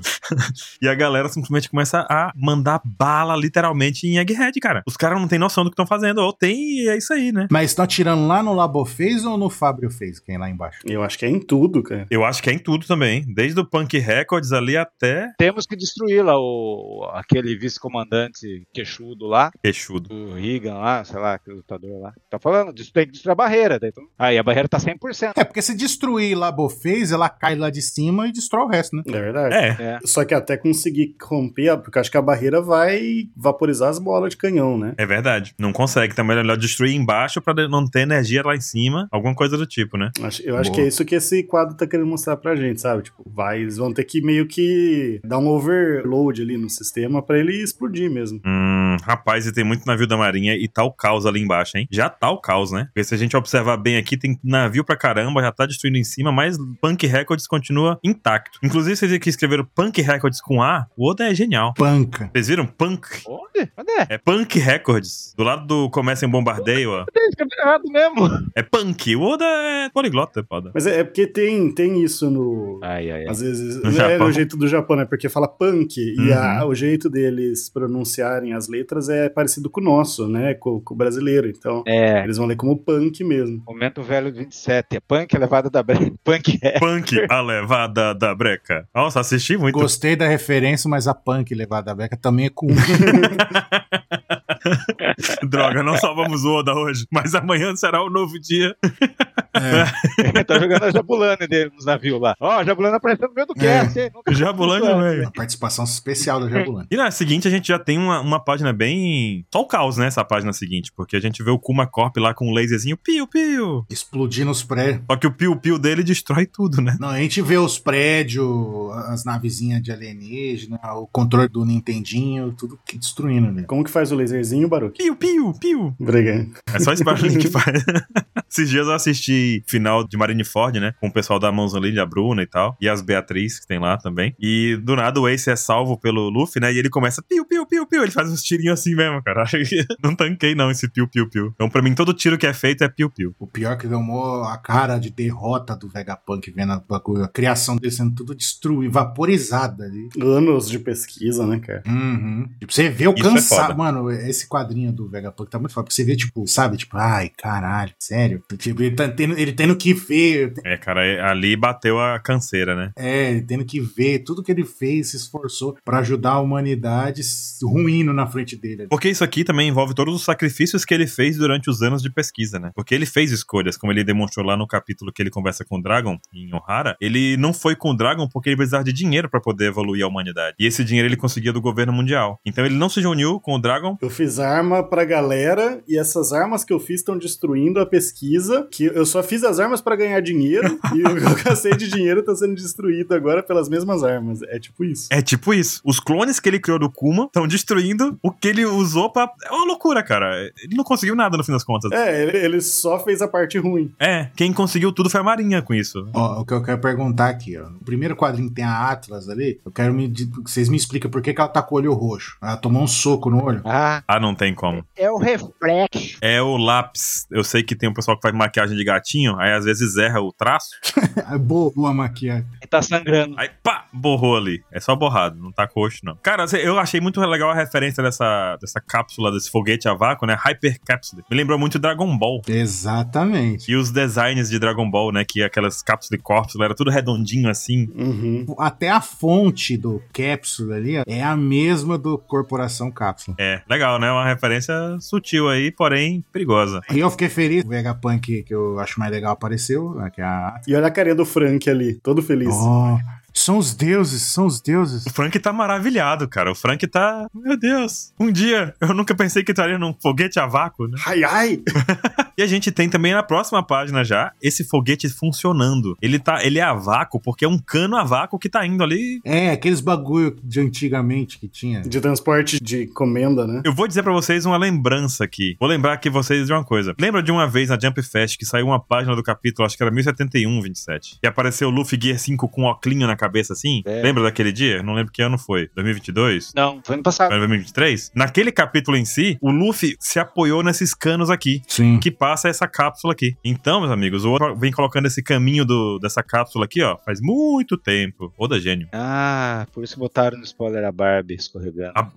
Speaker 1: E a galera simplesmente começa a mandar bala literalmente em Egghead, cara. Os caras não têm noção do que estão fazendo. Ou tem e é isso aí, né?
Speaker 2: Mas estão atirando lá no Labo fez ou no Fábio fez, quem é lá embaixo?
Speaker 4: Eu acho que é em tudo, cara.
Speaker 1: Eu acho que é em tudo também. hein? Desde o Punk Records ali até
Speaker 3: Temos que destruir lá o aquele vice-comandante queixudo lá,
Speaker 1: Queixudo.
Speaker 3: o Regan lá, sei lá, aquele lutador lá. Tá falando, disso, tem que destruir a barreira. Daí, então, aí a barreira tá 100%.
Speaker 2: É, porque se destruir Labo fez, ela cai lá de cima e destrói o resto, né?
Speaker 4: É verdade.
Speaker 1: É.
Speaker 3: É.
Speaker 4: Só que até conseguir romper, a- porque eu acho que a barreira vai vaporizar as bolas de canhão, né?
Speaker 1: É verdade. Não consegue. Então é melhor destruir embaixo pra não ter energia lá em cima. Alguma coisa do tipo, né?
Speaker 4: Acho- Eu acho
Speaker 2: Boa.
Speaker 4: que é isso que esse quadro tá querendo mostrar pra gente, sabe? Tipo, vai, eles vão ter que meio que dar um overload ali no sistema pra ele explodir mesmo.
Speaker 1: Hum, rapaz, e tem muito navio da marinha e tal caos ali embaixo, hein? Já tá o caos, né? Porque se a gente observar bem aqui, tem navio pra caramba, já tá destruindo em cima, mas Punk Records continua intacto. Inclusive, vocês que escreveram Punk Records com A, o outro é genial.
Speaker 2: Panca.
Speaker 1: Vocês viram? Punk.
Speaker 3: Onde? Onde é?
Speaker 1: É Punk Records. Do lado do Começa em Bombardeio, ó.
Speaker 3: Tem escreveu errado mesmo.
Speaker 1: É Punk. O Oda é poliglota, foda.
Speaker 4: Mas é, é porque tem, tem isso no.
Speaker 3: Ai, ai, ai.
Speaker 4: Às vezes
Speaker 1: No
Speaker 4: é
Speaker 1: Japão.
Speaker 4: o jeito do Japão, né? Porque fala punk e
Speaker 1: Uhum.
Speaker 4: a- o jeito deles pronunciarem as letras é parecido com o nosso, né? Com, com o brasileiro. Então
Speaker 3: É.
Speaker 4: eles vão ler como punk mesmo.
Speaker 3: Momento velho 27. É punk elevado da breve. Punk é.
Speaker 1: Punk, a levada da breca. Nossa, assisti muito.
Speaker 2: Gostei da referência, mas a Punk levada à beca também é com
Speaker 1: Droga, não salvamos o Oda hoje, mas amanhã será o novo dia.
Speaker 2: é,
Speaker 3: tá jogando a Jabulana dele nos navios lá. Ó, a Jabulana apareceu no meio do cast, hein? Nunca-
Speaker 1: Jabulândia, velho.
Speaker 2: uma participação especial da Jabulani.
Speaker 1: E na seguinte, a gente já tem uma, uma página bem. Só o caos, né? Essa página seguinte, porque a gente vê o Kuma Corp lá com um laserzinho piu-piu.
Speaker 2: Explodindo os prédios.
Speaker 1: Só que o piu-piu dele destrói tudo, né?
Speaker 2: Não, a gente vê os prédios, as navezinhas de alienígena, o controle do Nintendinho, tudo que destruindo, né?
Speaker 4: Como que faz o laserzinho, Baruque?
Speaker 1: Piu-piu, piu.
Speaker 4: Obrigado.
Speaker 1: É só esse barulhinho que faz. Esses dias eu assisti final de Marineford, né? Com o pessoal da Mãozolinha, a Bruna e tal. E as Beatriz, que tem lá também. E do nada o Ace é salvo pelo Luffy, né? E ele começa piu, piu, piu, piu. Ele faz uns tirinhos assim mesmo, cara. não tanquei não esse piu, piu, piu. Então pra mim todo tiro que é feito é piu, piu.
Speaker 2: O pior é que deu mó a cara de derrota do Vegapunk vendo a, bagulho, a criação dele sendo tudo destruída, vaporizada ali.
Speaker 4: Anos de pesquisa, né, cara?
Speaker 2: Uhum. Tipo, você vê o
Speaker 1: Isso é
Speaker 2: cansaço.
Speaker 1: foda.
Speaker 2: Mano, esse quadrinho do Vegapunk tá muito foda. Porque você vê, tipo, sabe? Tipo, ai, caralho, sério. Tipo, ele, tá tendo, ele tendo que ver.
Speaker 1: É, cara, é- ali bateu a canseira, né?
Speaker 2: É, ele tendo que ver tudo que ele fez, se esforçou pra ajudar a humanidade s- ruindo na frente dele. ali.
Speaker 1: Porque isso aqui também envolve todos os sacrifícios que ele fez durante os anos de pesquisa, né? Porque ele fez escolhas, como ele demonstrou lá no capítulo que ele conversa com o Dragon, em Ohara. Ele não foi com o Dragon porque ele precisava de dinheiro pra poder evoluir a humanidade. E esse dinheiro ele conseguia do governo mundial. Então ele não se reuniu com o Dragon.
Speaker 4: Eu fiz arma pra galera e essas armas que eu fiz estão destruindo a pesquisa. Que eu só fiz as armas pra ganhar dinheiro e o que eu gastei de dinheiro tá sendo destruído agora pelas mesmas armas. É tipo isso.
Speaker 1: É tipo isso. Os clones que ele criou do Kuma estão destruindo o que ele usou pra. É uma loucura, cara. Ele não conseguiu nada no fim das contas.
Speaker 4: É, ele- ele só fez a parte ruim.
Speaker 1: É, quem conseguiu tudo foi a Marinha com isso.
Speaker 2: Ó, o que eu quero perguntar aqui, ó. No primeiro quadrinho que tem a Atlas ali, eu quero me, di- que vocês me explicam por que, que ela tá com o olho roxo. Ela tomou um soco no olho.
Speaker 3: Ah,
Speaker 1: Ah, não tem como.
Speaker 3: é o reflexo.
Speaker 1: É o lápis. Eu sei que tem um pessoal que faz maquiagem de gatinho, aí às vezes erra o traço.
Speaker 2: É Boa maquiagem.
Speaker 3: Ele tá sangrando.
Speaker 1: Aí, pá, borrou ali. É só borrado, não tá coxo, não. Cara, cê- eu achei muito legal a referência dessa, dessa cápsula, desse foguete a vácuo, né? Hyper Capsule. Me lembrou muito Dragon Ball.
Speaker 2: Exatamente.
Speaker 1: E os designs de Dragon Ball, né? Que aquelas cápsulas de corpos, era tudo redondinho assim.
Speaker 4: Uhum.
Speaker 2: Até a fonte do cápsula ali ó, é a mesma do Corporação Cápsula.
Speaker 1: É, legal, né? Uma referência sutil aí, porém perigosa.
Speaker 2: E eu fiquei feliz. O Vegapunk que eu acho mais legal apareceu, né, que é a Atlas.
Speaker 4: E olha a carinha do Frank ali, todo feliz.
Speaker 2: Oh, são os deuses, são os deuses.
Speaker 1: O Frank tá maravilhado, cara. O Frank tá. Meu Deus! Um dia eu nunca pensei que estaria num foguete a vácuo, né?
Speaker 4: Ai, ai!
Speaker 1: E a gente tem também na próxima página já esse foguete funcionando. Ele tá, ele é a vácuo porque é um cano a vácuo que tá indo ali.
Speaker 2: É, aqueles bagulho de antigamente que tinha.
Speaker 4: De transporte de comenda, né?
Speaker 1: Eu vou dizer pra vocês uma lembrança aqui. Vou lembrar aqui vocês de uma coisa. Lembra de uma vez na Jump Fest que saiu uma página do capítulo, acho que era 1071, 27, e apareceu o Luffy Gear 5 com um oclinho na cabeça assim?
Speaker 3: É.
Speaker 1: Lembra daquele dia? Não lembro que ano foi. 2022?
Speaker 3: Não, foi ano passado.
Speaker 1: Era 2023? Naquele capítulo em si, o Luffy se apoiou nesses canos aqui.
Speaker 2: Sim.
Speaker 1: que passa essa cápsula aqui. Então, meus amigos, o outro vem colocando esse caminho do, dessa cápsula aqui, ó, faz muito tempo. Oda gênio.
Speaker 3: Ah, por isso botaram no spoiler a Barbie escorregando.
Speaker 1: A-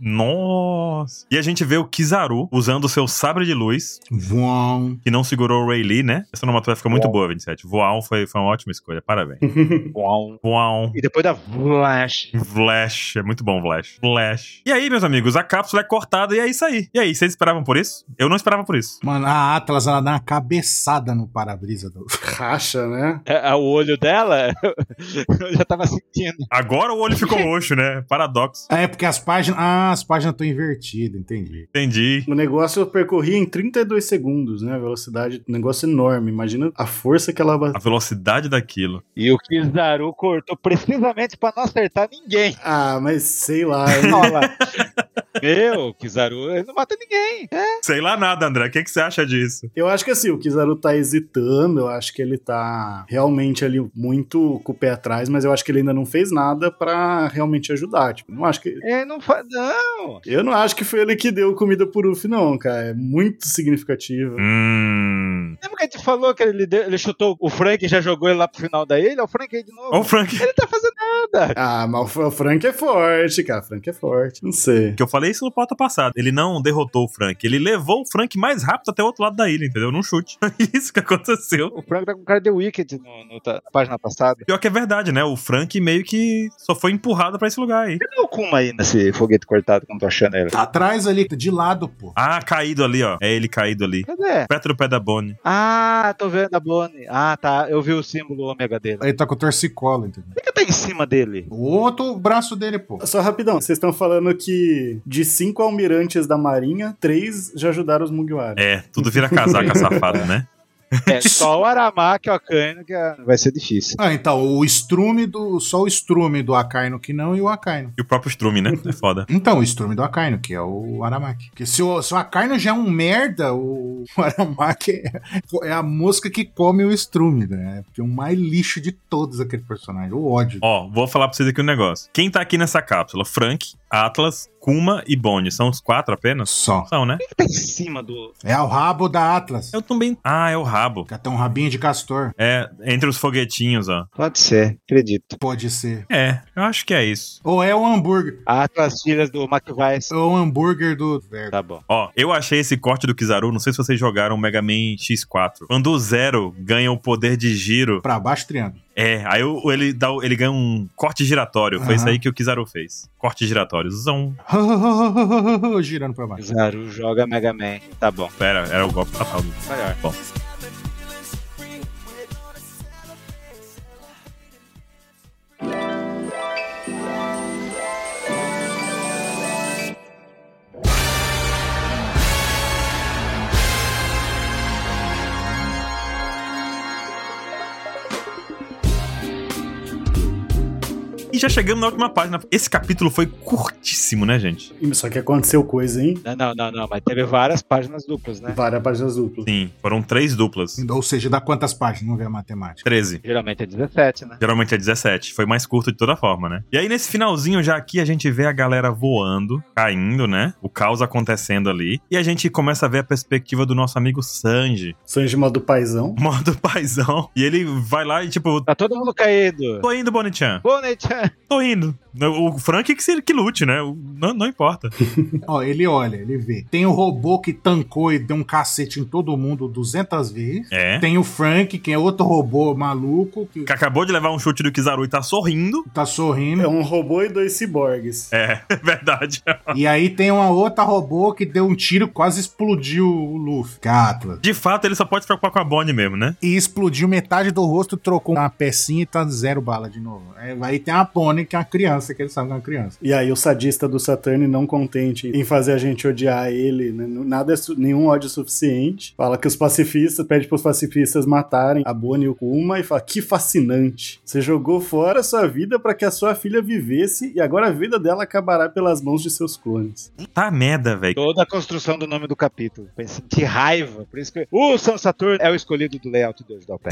Speaker 1: nossa! E a gente vê o Kizaru usando o seu sabre de luz,
Speaker 2: Vão.
Speaker 1: que não segurou o Ray Lee, né? Essa onomatopeia ficou muito
Speaker 3: Uau.
Speaker 1: boa, 27. Voal foi, foi uma ótima escolha, parabéns.
Speaker 3: Ah, Uau.
Speaker 1: Voal.
Speaker 3: E depois da Flash.
Speaker 1: Flash, é muito bom, Flash. Flash. E aí, meus amigos, a cápsula é cortada e é isso aí. E aí, vocês esperavam por isso? Eu não esperava por isso.
Speaker 2: Mano, a Atlas, ela dá uma cabeçada no para-brisa do.
Speaker 4: Racha, né?
Speaker 3: É, é, O olho dela, eu já tava sentindo.
Speaker 1: Agora o olho ficou roxo, né? Paradoxo.
Speaker 2: É, porque as páginas. Ah, as páginas estão invertidas, entendi.
Speaker 1: Entendi.
Speaker 4: O negócio eu percorri em 32 segundos, né? A velocidade, um negócio enorme. Imagina a força que ela
Speaker 1: A
Speaker 4: bateu.
Speaker 1: velocidade daquilo.
Speaker 3: E o Kizaru cortou precisamente pra não acertar ninguém.
Speaker 4: Ah, mas sei lá. hein?
Speaker 3: Olha lá. Meu, o Kizaru, ele não mata ninguém. É.
Speaker 1: Sei lá nada, André. O que, que você acha disso?
Speaker 4: Eu acho que assim, o Kizaru tá hesitando, eu acho que ele tá realmente ali muito com o pé atrás, mas eu acho que ele ainda não fez nada pra realmente ajudar. Tipo, não acho que.
Speaker 3: Ele não faz. Não.
Speaker 4: Eu não acho que foi ele que deu comida por Uf, não, cara. É muito significativo.
Speaker 1: Hum.
Speaker 3: Lembra que a gente falou que ele, deu- ele chutou o Frank e já jogou ele lá pro final da ilha? O Frank aí de novo.
Speaker 1: Ó, o Frank.
Speaker 3: Ele tá fazendo nada.
Speaker 4: Ah, mas o Frank é forte, cara. O Frank é forte. Não sei.
Speaker 1: Que eu falei isso no pauta passado. Ele não derrotou o Frank. Ele levou o Frank mais rápido até o outro lado da ilha, entendeu? Num chute. É isso que aconteceu.
Speaker 3: O Frank tá com cara de Wicked no, no- na página passada.
Speaker 1: Pior que é verdade, né? O Frank meio que só foi empurrado pra esse lugar aí.
Speaker 3: Cadê o Kuma aí nesse foguete cortado, como tô achando ele?
Speaker 2: Tá atrás ali, de lado, pô.
Speaker 1: Ah, caído ali, ó. É ele caído ali.
Speaker 3: Cadê?
Speaker 1: Perto do pé da Bonnie.
Speaker 3: Ah, tô vendo a Bonnie. Ah, tá. Eu vi o símbolo ômega dele.
Speaker 2: Ele tá com torcicolo, entendeu?
Speaker 3: Por que tá em cima dele?
Speaker 2: O outro braço dele, pô.
Speaker 4: Só rapidão, vocês estão falando que de cinco almirantes da Marinha, três já ajudaram os Mugiwara.
Speaker 1: É, tudo vira casaca safado, né?
Speaker 3: É só o Aramaki e o Akainu que é- vai ser difícil.
Speaker 2: Ah, então, o estrume do. Só o estrume do Akaino que não e o Akaino.
Speaker 1: E o próprio Strume, né? É foda.
Speaker 2: Então, o estrume do Akaino, que é o Aramaki. Porque se o, se o Akaino já é um merda, o, o Aramaki é, é a mosca que come o estrume, né? Porque é o mais lixo de todos aquele personagem. O ódio.
Speaker 1: Ó, vou falar pra vocês aqui um negócio. Quem tá aqui nessa cápsula? Frank, Atlas, Kuma e Bonnie. São os quatro apenas?
Speaker 2: Só.
Speaker 1: São, né?
Speaker 3: Quem que tá em cima do.
Speaker 2: É o rabo da Atlas.
Speaker 1: Eu também. Ah, é o rabo.
Speaker 2: Que até um rabinho de castor.
Speaker 1: É, entre os foguetinhos, ó.
Speaker 3: Pode ser, acredito.
Speaker 2: Pode ser.
Speaker 1: É, eu acho que é isso.
Speaker 2: Ou é o hambúrguer.
Speaker 3: Atlas Filhas do McVice.
Speaker 2: Ou o hambúrguer do. é,
Speaker 3: Tá bom.
Speaker 1: Ó, eu achei esse corte do Kizaru, não sei se vocês jogaram o Mega Man X4. Quando o Zero ganha o poder de giro,
Speaker 2: Pra baixo, triângulo.
Speaker 1: é, aí o- ele, dá, o- ele ganha um corte giratório. Foi
Speaker 2: Aham.
Speaker 1: isso aí que o Kizaru fez. Corte giratório. Zão.
Speaker 2: Girando pra baixo.
Speaker 3: Zaru joga Mega Man. Tá bom.
Speaker 1: Pera, era o golpe fatal.
Speaker 3: Melhor.
Speaker 1: É, Bom. E já chegamos na última página. Esse capítulo foi curtíssimo, né, gente?
Speaker 4: Ih, Só que aconteceu coisa, hein?
Speaker 3: Não, não, não, não. Mas teve várias páginas duplas, né?
Speaker 4: Várias páginas duplas.
Speaker 1: Sim, foram três duplas.
Speaker 2: Ou seja, dá quantas páginas? Vamos ver a matemática.
Speaker 1: 13.
Speaker 3: Geralmente é 17, né?
Speaker 1: Geralmente é 17. Foi mais curto de toda forma, né? E aí, nesse finalzinho, já aqui, a gente vê a galera voando, caindo, né? O caos acontecendo ali. E a gente começa a ver a perspectiva do nosso amigo Sanji.
Speaker 4: Sanji modo paizão.
Speaker 1: Modo paizão. E ele vai lá e, tipo,
Speaker 3: Tá todo mundo caído.
Speaker 1: tô indo, Bonichan.
Speaker 3: Bonita.
Speaker 1: Tô indo. O Frank que, se, que lute, né? O- Não, não importa.
Speaker 2: Ó, ele olha, ele vê. Tem o robô que tancou e deu um cacete em todo mundo 200 vezes.
Speaker 1: É.
Speaker 2: Tem o Frank, que é outro robô maluco, que
Speaker 1: Que acabou de levar um chute do Kizaru e tá sorrindo.
Speaker 2: tá
Speaker 4: É
Speaker 2: sorrindo.
Speaker 4: um robô e dois ciborgues.
Speaker 1: É, é verdade.
Speaker 2: E aí tem uma outra robô que deu um tiro, quase explodiu o Luffy. Que é a Atlas.
Speaker 1: De fato, ele só pode se preocupar com a Bonnie mesmo, né?
Speaker 2: E explodiu metade do rosto, trocou uma pecinha e tá zero bala de novo. É, aí tem a Pony, que é uma criança, que ele sabe que é uma criança.
Speaker 4: E aí o sadista do Saturn, não contente em fazer a gente odiar ele, né? nada é su- nenhum ódio é suficiente. Fala que os pacifistas, pede pros pacifistas matarem a Bonnie e o Kuma e fala que fascinante. Você jogou fora a sua vida para que a sua filha vivesse e agora a vida dela acabará pelas mãos de seus clones.
Speaker 1: Tá merda, velho.
Speaker 3: Toda a construção do nome do capítulo. Pensei, que raiva. Por isso que. O São Saturno é o escolhido do layout 2 da OPE.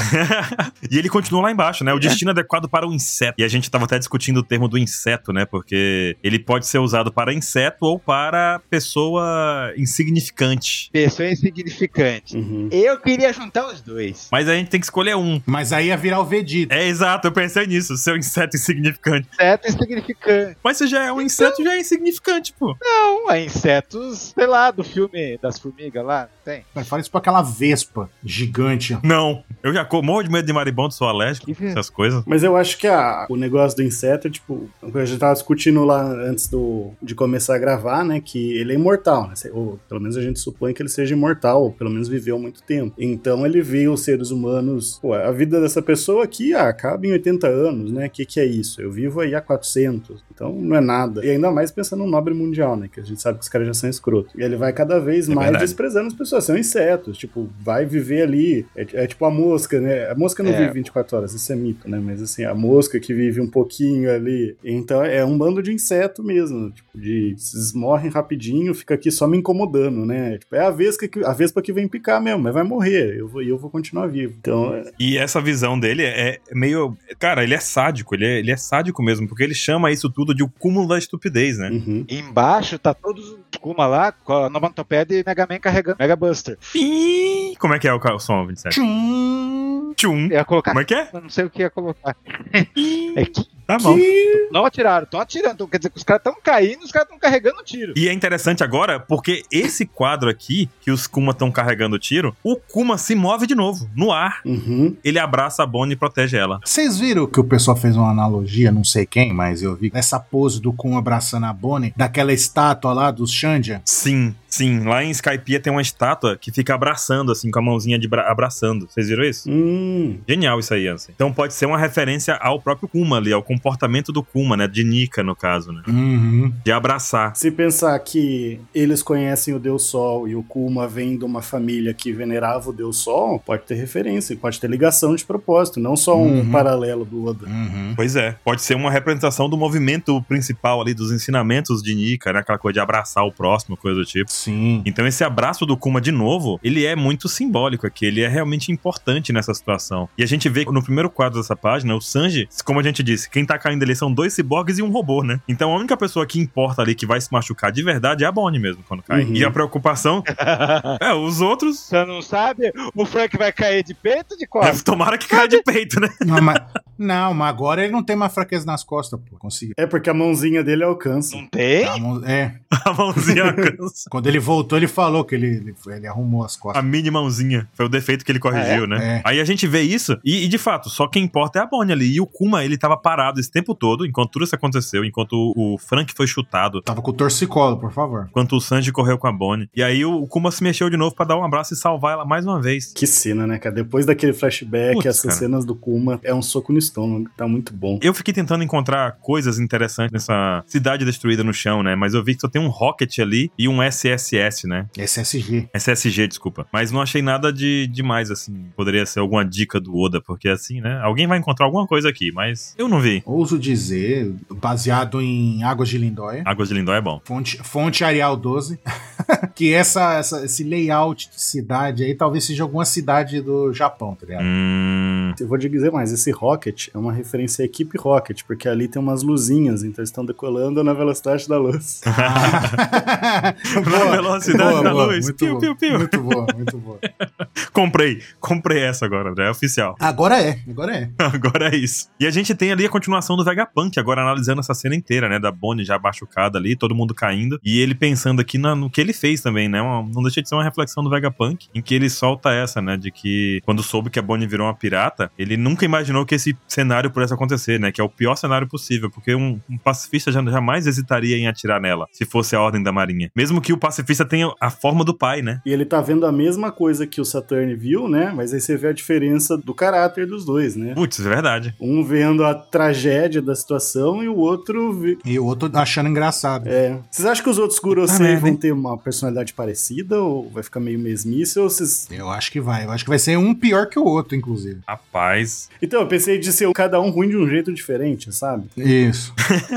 Speaker 1: E ele continua lá embaixo, né? O destino adequado para o inseto. E a gente tava até discutindo o termo do inseto, né? Porque ele pode ser usado para inseto ou para pessoa insignificante.
Speaker 3: Pessoa insignificante.
Speaker 4: Uhum.
Speaker 3: Eu queria juntar os dois.
Speaker 1: Mas a gente tem que escolher um.
Speaker 2: Mas aí ia virar o Vegeta.
Speaker 1: É exato, eu pensei nisso, seu inseto insignificante.
Speaker 3: Inseto insignificante.
Speaker 1: Mas se já é um inseto, já é insignificante, pô.
Speaker 3: Não, é insetos, sei lá, do filme das formigas lá. não Tem.
Speaker 2: Mas Fala É, isso pra aquela vespa gigante. ó.
Speaker 1: Não. Eu já co- morro de medo de maribondo, sou alérgico,
Speaker 3: Que-
Speaker 1: essas coisas.
Speaker 4: Mas eu acho que a- o negócio do inseto, tipo, o que a gente tava discutindo lá antes do, de começar a gravar, né? Que ele é imortal, né? se- Ou pelo menos a gente supõe que ele seja imortal, ou pelo menos viveu muito tempo. Então ele viu os seres humanos. Pô, a vida dessa pessoa aqui ah, acaba em 80 anos, né? O que, que é isso? Eu vivo aí há 400, então não é nada. E ainda mais pensando no nobre mundial, né? Que a gente sabe que os caras já são escroto. E ele vai cada vez
Speaker 1: É
Speaker 4: mais
Speaker 1: verdade.
Speaker 4: desprezando as pessoas, são insetos. Tipo, vai viver ali. É, é tipo a mosca, né? A mosca não
Speaker 3: É,
Speaker 4: vive 24 horas, isso é mito, né? Mas assim, a mosca que vive um pouquinho ali. Então é um bando de inseto mesmo, tipo, de vocês morrem rapidinho, fica aqui só me incomodando, né? Tipo, é a vespa que a vespa que vem picar mesmo, mas vai morrer, eu vou e eu vou continuar vivo. Então, é-
Speaker 1: E essa visão dele é meio. Cara, ele é sádico, ele é, ele é sádico mesmo, porque ele chama isso tudo de o cúmulo da estupidez, né?
Speaker 4: uhum.
Speaker 3: Embaixo tá todos os Kuma lá com a onomatopeia de Mega Man carregando Mega Buster.
Speaker 1: Pi! Como é que é o ca- o som, 27?
Speaker 2: Tchum.
Speaker 1: Tchum.
Speaker 3: Eu ia colocar.
Speaker 1: Como é que é?
Speaker 3: Eu não sei o que ia colocar. É que
Speaker 1: Tá bom.
Speaker 3: não atiraram, estão atirando. Então, quer dizer que os caras estão caindo, os caras estão carregando o tiro.
Speaker 1: E é interessante agora, porque esse quadro aqui, que os Kuma estão carregando o tiro, o Kuma se move de novo, no ar.
Speaker 4: Uhum.
Speaker 1: Ele abraça a Bonnie e protege ela.
Speaker 2: Vocês viram que o pessoal fez uma analogia, não sei quem, mas eu vi essa pose do Kun abraçando a Bonnie, daquela estátua lá dos Xandia?
Speaker 1: Sim, Sim, lá em Skypiea tem uma estátua que fica abraçando, assim, com a mãozinha de bra- abraçando. Vocês viram isso?
Speaker 4: Hum.
Speaker 1: Genial isso aí, Ansem. Então pode ser uma referência ao próprio Kuma ali, ao comportamento do Kuma, né? De Nika, no caso, né?
Speaker 2: Uhum.
Speaker 1: De abraçar.
Speaker 4: Se pensar que eles conhecem o Deus Sol e o Kuma vem de uma família que venerava o Deus Sol, pode ter referência, pode ter ligação de propósito, não só um
Speaker 2: Uhum.
Speaker 4: paralelo do Oda.
Speaker 2: Uhum.
Speaker 1: Pois é, pode ser uma representação do movimento principal ali, dos ensinamentos de Nika, né? Aquela coisa de abraçar o próximo, coisa do tipo.
Speaker 2: Sim.
Speaker 1: Então esse abraço do Kuma de novo, ele é muito simbólico aqui, ele é realmente importante nessa situação. E a gente vê no primeiro quadro dessa página, o Sanji, como a gente disse, quem tá caindo ali são dois ciborgues e um robô, né? Então a única pessoa que importa ali que vai se machucar de verdade é a Bonnie mesmo quando cai.
Speaker 4: Uhum.
Speaker 1: E a preocupação é os outros.
Speaker 3: Você não sabe? O Frank vai cair de peito ou de
Speaker 1: é,
Speaker 3: costas?
Speaker 1: tomara que caia de peito, né?
Speaker 2: Não, mas, não, mas agora ele não tem mais fraqueza nas costas, pô. Conseguiu.
Speaker 4: É porque a mãozinha dele alcança.
Speaker 3: Não tem?
Speaker 2: Tá, mão- É.
Speaker 1: A mãozinha alcança.
Speaker 2: Quando ele voltou, ele falou que ele, ele, ele arrumou as
Speaker 1: A
Speaker 2: costas.
Speaker 1: mini mãozinha. Foi o defeito que ele corrigiu, né?
Speaker 2: É.
Speaker 1: Aí a gente vê isso, e, e de fato, só quem importa é a Bonnie ali. E o Kuma, ele tava parado esse tempo todo, enquanto tudo isso aconteceu, enquanto o o Frank foi chutado,
Speaker 2: Tava com o torcicolo, por favor.
Speaker 1: enquanto o Sanji correu com a Bonnie. E aí o Kuma se mexeu de novo pra dar um abraço e salvar ela mais uma vez.
Speaker 4: Que cena, né, cara? Depois daquele flashback,
Speaker 1: Putz,
Speaker 4: essas
Speaker 1: cara.
Speaker 4: cenas do Kuma, é um soco no estômago, tá muito bom.
Speaker 1: Eu fiquei tentando encontrar coisas interessantes nessa cidade destruída no chão, né? Mas eu vi que só tem um Rocket ali e um SSS, né?
Speaker 2: SSG.
Speaker 1: SSG, desculpa. Mas não achei nada de demais, assim. Poderia ser alguma dica do Oda, porque assim, né? Alguém vai encontrar alguma coisa aqui, mas eu não vi.
Speaker 2: Ouso dizer, baseado em Águas de Lindóia.
Speaker 1: Águas de Lindóia é bom.
Speaker 2: Fonte, fonte Arial 12. que essa, essa- esse layout de cidade aí talvez seja alguma cidade do Japão, tá ligado?
Speaker 1: Hum.
Speaker 4: Eu vou te dizer mais, esse Rocket é uma referência à equipe Rocket, porque ali tem umas luzinhas, então eles estão decolando na velocidade da luz.
Speaker 1: Ah. Na Ah. velocidade da luz.
Speaker 2: Muito
Speaker 1: Piu,
Speaker 2: boa,
Speaker 1: piu, piu.
Speaker 2: Muito boa, muito boa.
Speaker 1: Comprei. Comprei essa agora, André. É oficial.
Speaker 2: Agora é, agora é.
Speaker 1: Agora é isso. E a gente tem ali a continuação do Vegapunk, agora analisando essa cena inteira, né? Da Bonnie já machucada ali, todo mundo caindo. E ele pensando aqui na- no que ele fez também, né? uma- não deixa de ser uma reflexão do Vegapunk, em que ele solta essa, né? De que quando soube que a Bonnie virou uma pirata, ele nunca imaginou que esse cenário pudesse acontecer, né? Que é o pior cenário possível, porque um, um pacifista já, jamais hesitaria em atirar nela, se fosse a ordem da marinha. Mesmo que o pacifista tenha a forma do pai, né?
Speaker 4: E ele tá vendo a mesma coisa que o Saturn viu, né? Mas aí você vê a diferença do caráter dos dois, né?
Speaker 1: Putz, é verdade.
Speaker 4: Um vendo a tragédia da situação e o outro. vi-
Speaker 2: E o outro achando engraçado.
Speaker 4: É. Vocês acham que os outros
Speaker 1: Ah,
Speaker 4: Gurosei
Speaker 1: merda,
Speaker 4: vão
Speaker 1: hein?
Speaker 4: ter uma personalidade parecida? Ou vai ficar meio mesmice? Ou vocês...
Speaker 2: Eu acho que vai. Eu acho que vai ser um pior que o outro, inclusive.
Speaker 1: Rapaz.
Speaker 4: Então, eu pensei de ser cada um ruim de um jeito diferente, sabe?
Speaker 2: Isso.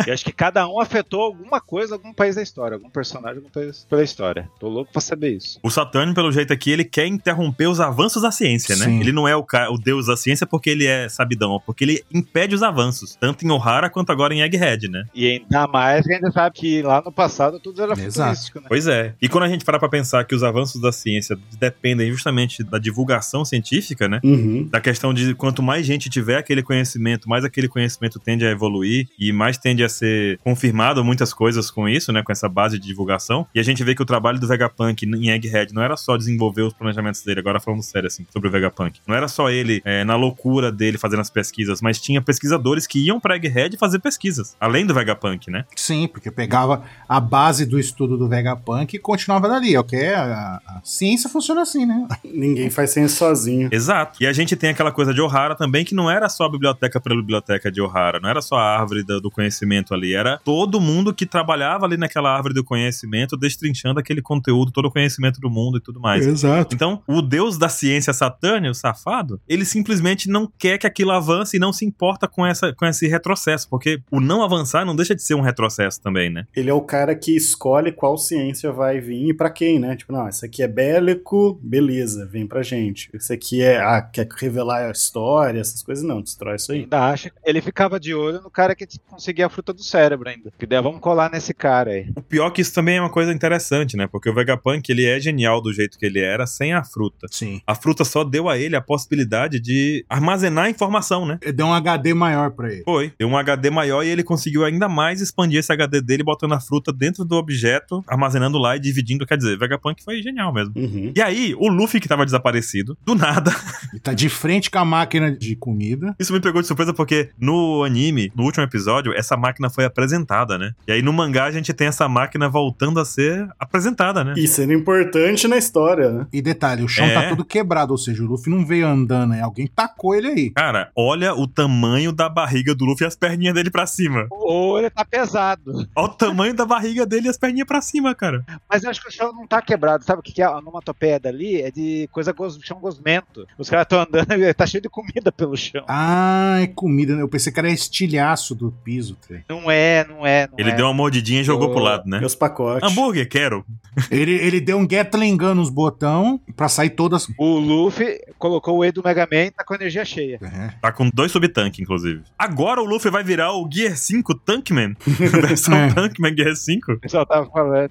Speaker 3: Eu acho que cada um afetou alguma coisa, algum país da história, algum personagem, algum país pela história. Tô louco pra saber isso.
Speaker 1: O Saturno, pelo jeito aqui, ele quer interromper os avanços da ciência, né?
Speaker 2: Sim.
Speaker 1: Ele não é o, ca- o deus da ciência porque ele é sabidão, porque ele impede os avanços, tanto em O'Hara quanto agora em Egghead, né?
Speaker 3: E ainda mais que a gente sabe que lá no passado tudo era
Speaker 2: Exato.
Speaker 3: futurístico, né?
Speaker 1: Pois é. E quando a gente para pra pensar que os avanços da ciência dependem justamente da divulgação científica, né?
Speaker 4: Uhum.
Speaker 1: Da questão de quanto mais gente tiver aquele conhecimento, mais aquele conhecimento tende a evoluir e mais tende a ser confirmado muitas coisas com isso, né? Com essa base de divulgação. E a gente vê que o trabalho do Vegapunk em Egghead não era só desenvolver os planejamentos dele, agora falando sério, assim, sobre o Vegapunk. Não era só ele, eh, na loucura dele, fazendo as pesquisas, mas tinha pesquisadores que iam pra Egghead fazer pesquisas, além do Vegapunk, né?
Speaker 2: Sim, porque pegava a base do estudo do Vegapunk e continuava dali. É o que é a, a ciência funciona assim, né?
Speaker 4: Ninguém faz ciência sozinho.
Speaker 1: Exato. E a gente tem aquela coisa de O'Hara também, que não era só a biblioteca pela biblioteca de O'Hara, não era só a árvore da- do conhecimento ali, era todo mundo que trabalhava ali naquela árvore do conhecimento, destrinchando aquele conteúdo, todo o conhecimento do mundo e tudo mais.
Speaker 2: Exato.
Speaker 1: Então, o deus da ciência satânia, o safado, ele simplesmente não quer que aquilo avance e não se importa com, essa, com esse retrocesso, porque o não avançar não deixa de ser um retrocesso também, né?
Speaker 4: Ele é o cara que escolhe qual ciência vai vir e pra quem, né? Tipo, não, esse aqui é bélico, beleza, vem pra gente. Esse aqui é, ah, quer revelar a história, essas coisas, não, destrói isso aí.
Speaker 3: Ainda acha. Ele ficava de olho no cara que conseguia a fruta do cérebro ainda. Que daí vamos colar nesse cara aí.
Speaker 1: O pior é que isso também é uma coisa interessante, né? Porque o Vegapunk, ele é genial do jeito que ele era, sem a fruta.
Speaker 2: Sim.
Speaker 1: A fruta só deu a ele a possibilidade de armazenar informação, né?
Speaker 2: Deu um HD maior pra ele.
Speaker 1: Foi. Deu um HD maior e ele conseguiu ainda mais expandir esse HD dele, botando a fruta dentro do objeto, armazenando lá e dividindo. Quer dizer, Vegapunk foi genial mesmo.
Speaker 4: Uhum.
Speaker 1: E aí, o Luffy que tava desaparecido, do nada,
Speaker 2: Ele tá de frente com a máquina de comida.
Speaker 1: Isso me pegou de surpresa porque no anime, no último episódio, essa máquina foi apresentada, né? E aí no mangá a gente tem essa máquina voltando a ser apresentada, né?
Speaker 4: E sendo importante na história, né?
Speaker 2: E detalhe, o chão
Speaker 1: É.
Speaker 2: tá todo quebrado, ou seja, o Luffy não veio andando, né? Alguém tacou ele aí.
Speaker 1: Cara, olha o tamanho da barriga do Luffy e as perninhas dele pra cima.
Speaker 3: Ou ele tá pesado.
Speaker 1: Olha o tamanho da barriga dele e as perninhas pra cima, cara. Mas
Speaker 3: Mas eu acho que o chão não tá quebrado. Sabe o que que é a onomatopeia dali? É de coisa gos... chão gosmento. Os caras estão andando e tá cheio de comida pelo chão.
Speaker 2: Ah, é comida, né? Eu pensei que era estilhaço do piso, cara.
Speaker 3: Não é, não é, não
Speaker 1: Ele
Speaker 3: é.
Speaker 1: deu uma mordidinha e jogou
Speaker 3: Ô,
Speaker 1: pro lado, né?
Speaker 4: Meus pacotes.
Speaker 1: Hambúrguer, quero.
Speaker 2: Ele, ele deu um Gatling gun nos botão pra sair todas.
Speaker 3: O Luffy colocou o E do Mega Man e tá com a energia cheia.
Speaker 2: É.
Speaker 1: Tá com dois sub-tanque, inclusive. Agora o Luffy vai virar o Gear 5 Tankman. Versão
Speaker 2: É.
Speaker 1: Tankman Gear 5.
Speaker 3: O pessoal tava falando.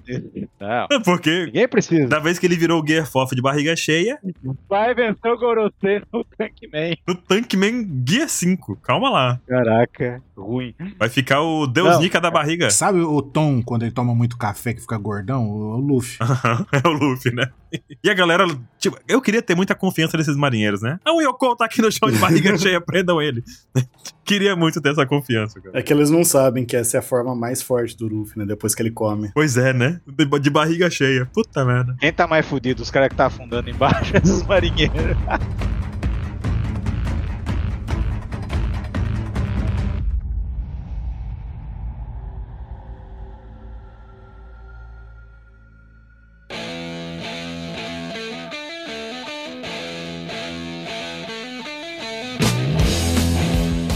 Speaker 3: Não.
Speaker 1: É Porque
Speaker 3: Ninguém precisa.
Speaker 1: da vez que ele virou o Gear Fof de barriga cheia,
Speaker 3: Vai vencer o Gorosei no Tankman.
Speaker 1: no Tankman Gear 5. Calma lá.
Speaker 3: Caraca, ruim.
Speaker 1: Vai ficar o Deus
Speaker 3: Não.
Speaker 1: Nica da barriga.
Speaker 2: Sabe o Tom, quando ele toma muito café que fica gordão? O o Luffy.
Speaker 1: Aham, é o Luffy, né? E a galera, tipo, eu queria ter muita confiança nesses marinheiros, né? Ah, o Yoko tá aqui no chão de barriga cheia, prendam ele. queria muito ter essa confiança, cara.
Speaker 4: É que eles não sabem que essa é a forma mais forte do Luffy, né? Depois que ele come.
Speaker 1: Pois é, né? De, de barriga cheia. Puta merda.
Speaker 3: Quem tá mais fudido? Os caras que tá afundando embaixo, esses marinheiros.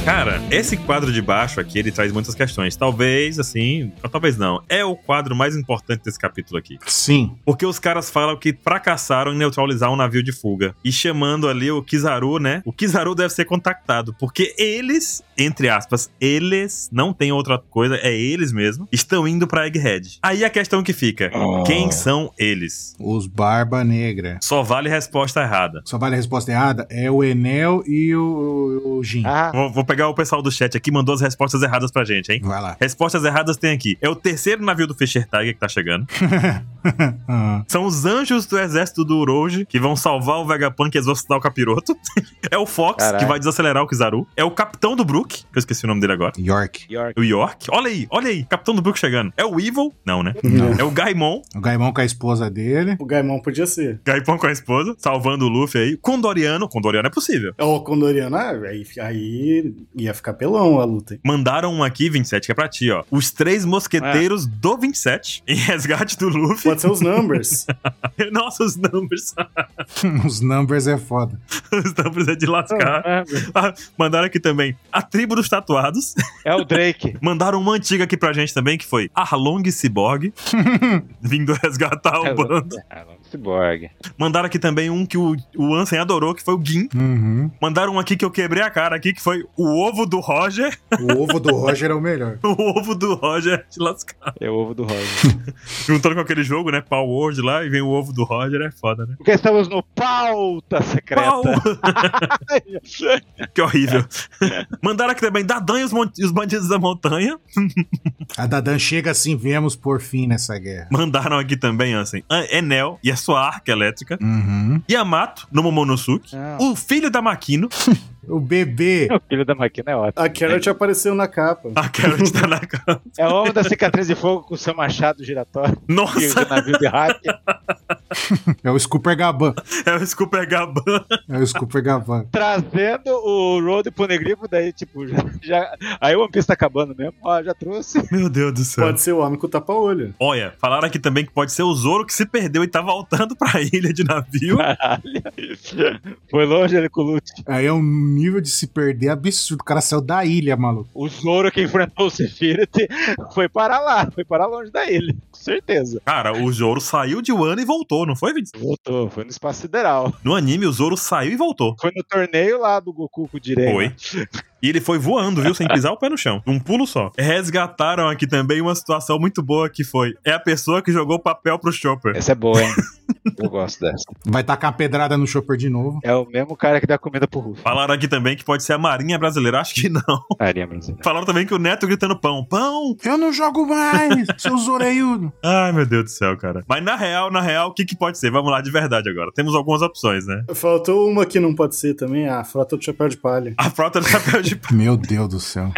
Speaker 1: Cara, esse quadro de baixo aqui, ele traz muitas questões. Talvez, assim, ou talvez não. É o quadro mais importante desse capítulo aqui.
Speaker 2: Sim.
Speaker 1: Porque os caras falam que fracassaram em neutralizar um navio de fuga. E chamando ali o Kizaru, né? O Kizaru deve ser contactado. Porque eles, entre aspas, eles, não tem outra coisa, é eles mesmo, estão indo pra Egghead. Aí a questão que fica:
Speaker 3: Oh.
Speaker 1: quem são eles?
Speaker 2: Os Barba Negra.
Speaker 1: Só vale resposta errada.
Speaker 2: Só vale a resposta errada? É o Enel e o, o Jin.
Speaker 3: Ah,
Speaker 1: Vou, vou pegar o pessoal do chat aqui, mandou as respostas erradas pra gente, hein?
Speaker 2: Vai lá.
Speaker 1: Respostas erradas tem aqui. É o terceiro navio do Fischer Tiger que tá chegando.
Speaker 2: Ah,
Speaker 1: São os anjos do exército do Uroji que vão salvar o Vegapunk e exorcizar o Capiroto. é o Fox,
Speaker 3: Caralho.
Speaker 1: que vai desacelerar o Kizaru. É o capitão do Brook, que eu esqueci o nome dele agora.
Speaker 2: York.
Speaker 3: York.
Speaker 1: O York. Olha aí, olha aí. Capitão do Brook chegando. É o Evil. Não, né?
Speaker 2: Não.
Speaker 1: É o Gaimon.
Speaker 2: O Gaimon com a esposa dele.
Speaker 4: O Gaimon podia ser.
Speaker 1: Gaipon com a esposa, salvando o Luffy aí. Condoriano. Condoriano é possível.
Speaker 4: Ó, o Condoriano, ah, aí, aí ia ficar pelão a luta. hein?
Speaker 1: Mandaram um aqui, 27, que é pra ti, ó. Os três mosqueteiros do 27, em resgate do Luffy.
Speaker 4: Pode ser os numbers.
Speaker 1: Nossa, os numbers.
Speaker 2: Os numbers é foda.
Speaker 1: os numbers é de lascar. Ah, Mandaram aqui também a tribo dos tatuados.
Speaker 3: É o Drake.
Speaker 1: Mandaram uma antiga aqui pra gente também, que foi Arlong Cyborg, vindo resgatar o bando.
Speaker 3: É o Cyborg.
Speaker 1: Mandaram aqui também um que o, o Ansem adorou, que foi o Gin.
Speaker 2: Uhum.
Speaker 1: Mandaram um aqui que eu quebrei a cara aqui, que foi o ovo do Roger.
Speaker 2: O ovo do Roger é o melhor.
Speaker 1: O ovo do Roger te lascar.
Speaker 3: É o ovo do Roger.
Speaker 1: Juntando com aquele jogo, né? Power World lá, e vem o ovo do Roger, é foda, né?
Speaker 3: Porque estamos no pauta secreta.
Speaker 1: Pau! que horrível. Mandaram aqui também Dadan e os, mon- e os bandidos da montanha.
Speaker 2: A Dadan chega assim, viemos por fim nessa guerra.
Speaker 1: Mandaram aqui também, Ansem, An- Enel e a sua arca elétrica.
Speaker 2: Uhum.
Speaker 1: Yamato, no Momonosuke.
Speaker 4: Ah.
Speaker 3: Não.
Speaker 1: O filho da Makino.
Speaker 2: O bebê.
Speaker 3: O filho da máquina é ótimo.
Speaker 4: A Carrot apareceu na capa.
Speaker 2: Ah,
Speaker 1: A Carrot tá na cama.
Speaker 3: É o homem da cicatriz de fogo com o seu machado giratório e
Speaker 1: Nossa,
Speaker 3: o navio de hack.
Speaker 2: É o Scooper Gaban.
Speaker 1: é o Scooper Gaban.
Speaker 2: É o Scooper Gaban.
Speaker 3: Trazendo o Road pro Negripo, daí, tipo, já, já- Aí o One Piece tá acabando mesmo. Ó, já trouxe.
Speaker 1: Meu Deus
Speaker 2: tá.
Speaker 1: do céu.
Speaker 4: Pode ser o homem com o tapa-olho.
Speaker 1: Olha, falaram aqui também que pode ser o Zoro que se perdeu e tá voltando pra ilha de navio.
Speaker 3: Caralho. Foi longe ele com o Lute.
Speaker 2: Aí é um nível de se perder absurdo. O cara saiu da ilha, maluco.
Speaker 3: O Zoro que enfrentou o Sephiroth foi para lá, foi para longe da ilha, com certeza.
Speaker 1: Cara, o Zoro saiu de Wano e voltou, não foi, Vinci?
Speaker 3: Voltou, foi no espaço sideral.
Speaker 1: No anime, o Zoro saiu e voltou.
Speaker 3: Foi no torneio lá do Goku com o direito.
Speaker 1: Foi. E ele foi voando, viu? Sem pisar o pé no chão. Um pulo só. Resgataram aqui também uma situação muito boa que foi. É a pessoa que jogou papel pro Chopper.
Speaker 3: Essa é boa, hein? Eu gosto dessa.
Speaker 2: Vai tacar a pedrada no Chopper de novo.
Speaker 3: É o mesmo cara que dá comida pro Rufo.
Speaker 1: Falaram aqui também que pode ser a Marinha Brasileira. Acho que não.
Speaker 3: Faria mesmo.
Speaker 1: Falaram também que o Neto gritando pão. Pão!
Speaker 2: Eu não jogo mais, seu zoreiudo.
Speaker 1: Ai, meu Deus do céu, cara. Mas na real, na real, o que, que pode ser? Vamos lá de verdade agora. Temos algumas opções, né?
Speaker 4: Faltou uma que não pode ser também, a frota do chapéu de palha.
Speaker 1: A frota do chapéu de palha.
Speaker 2: Meu Deus do céu.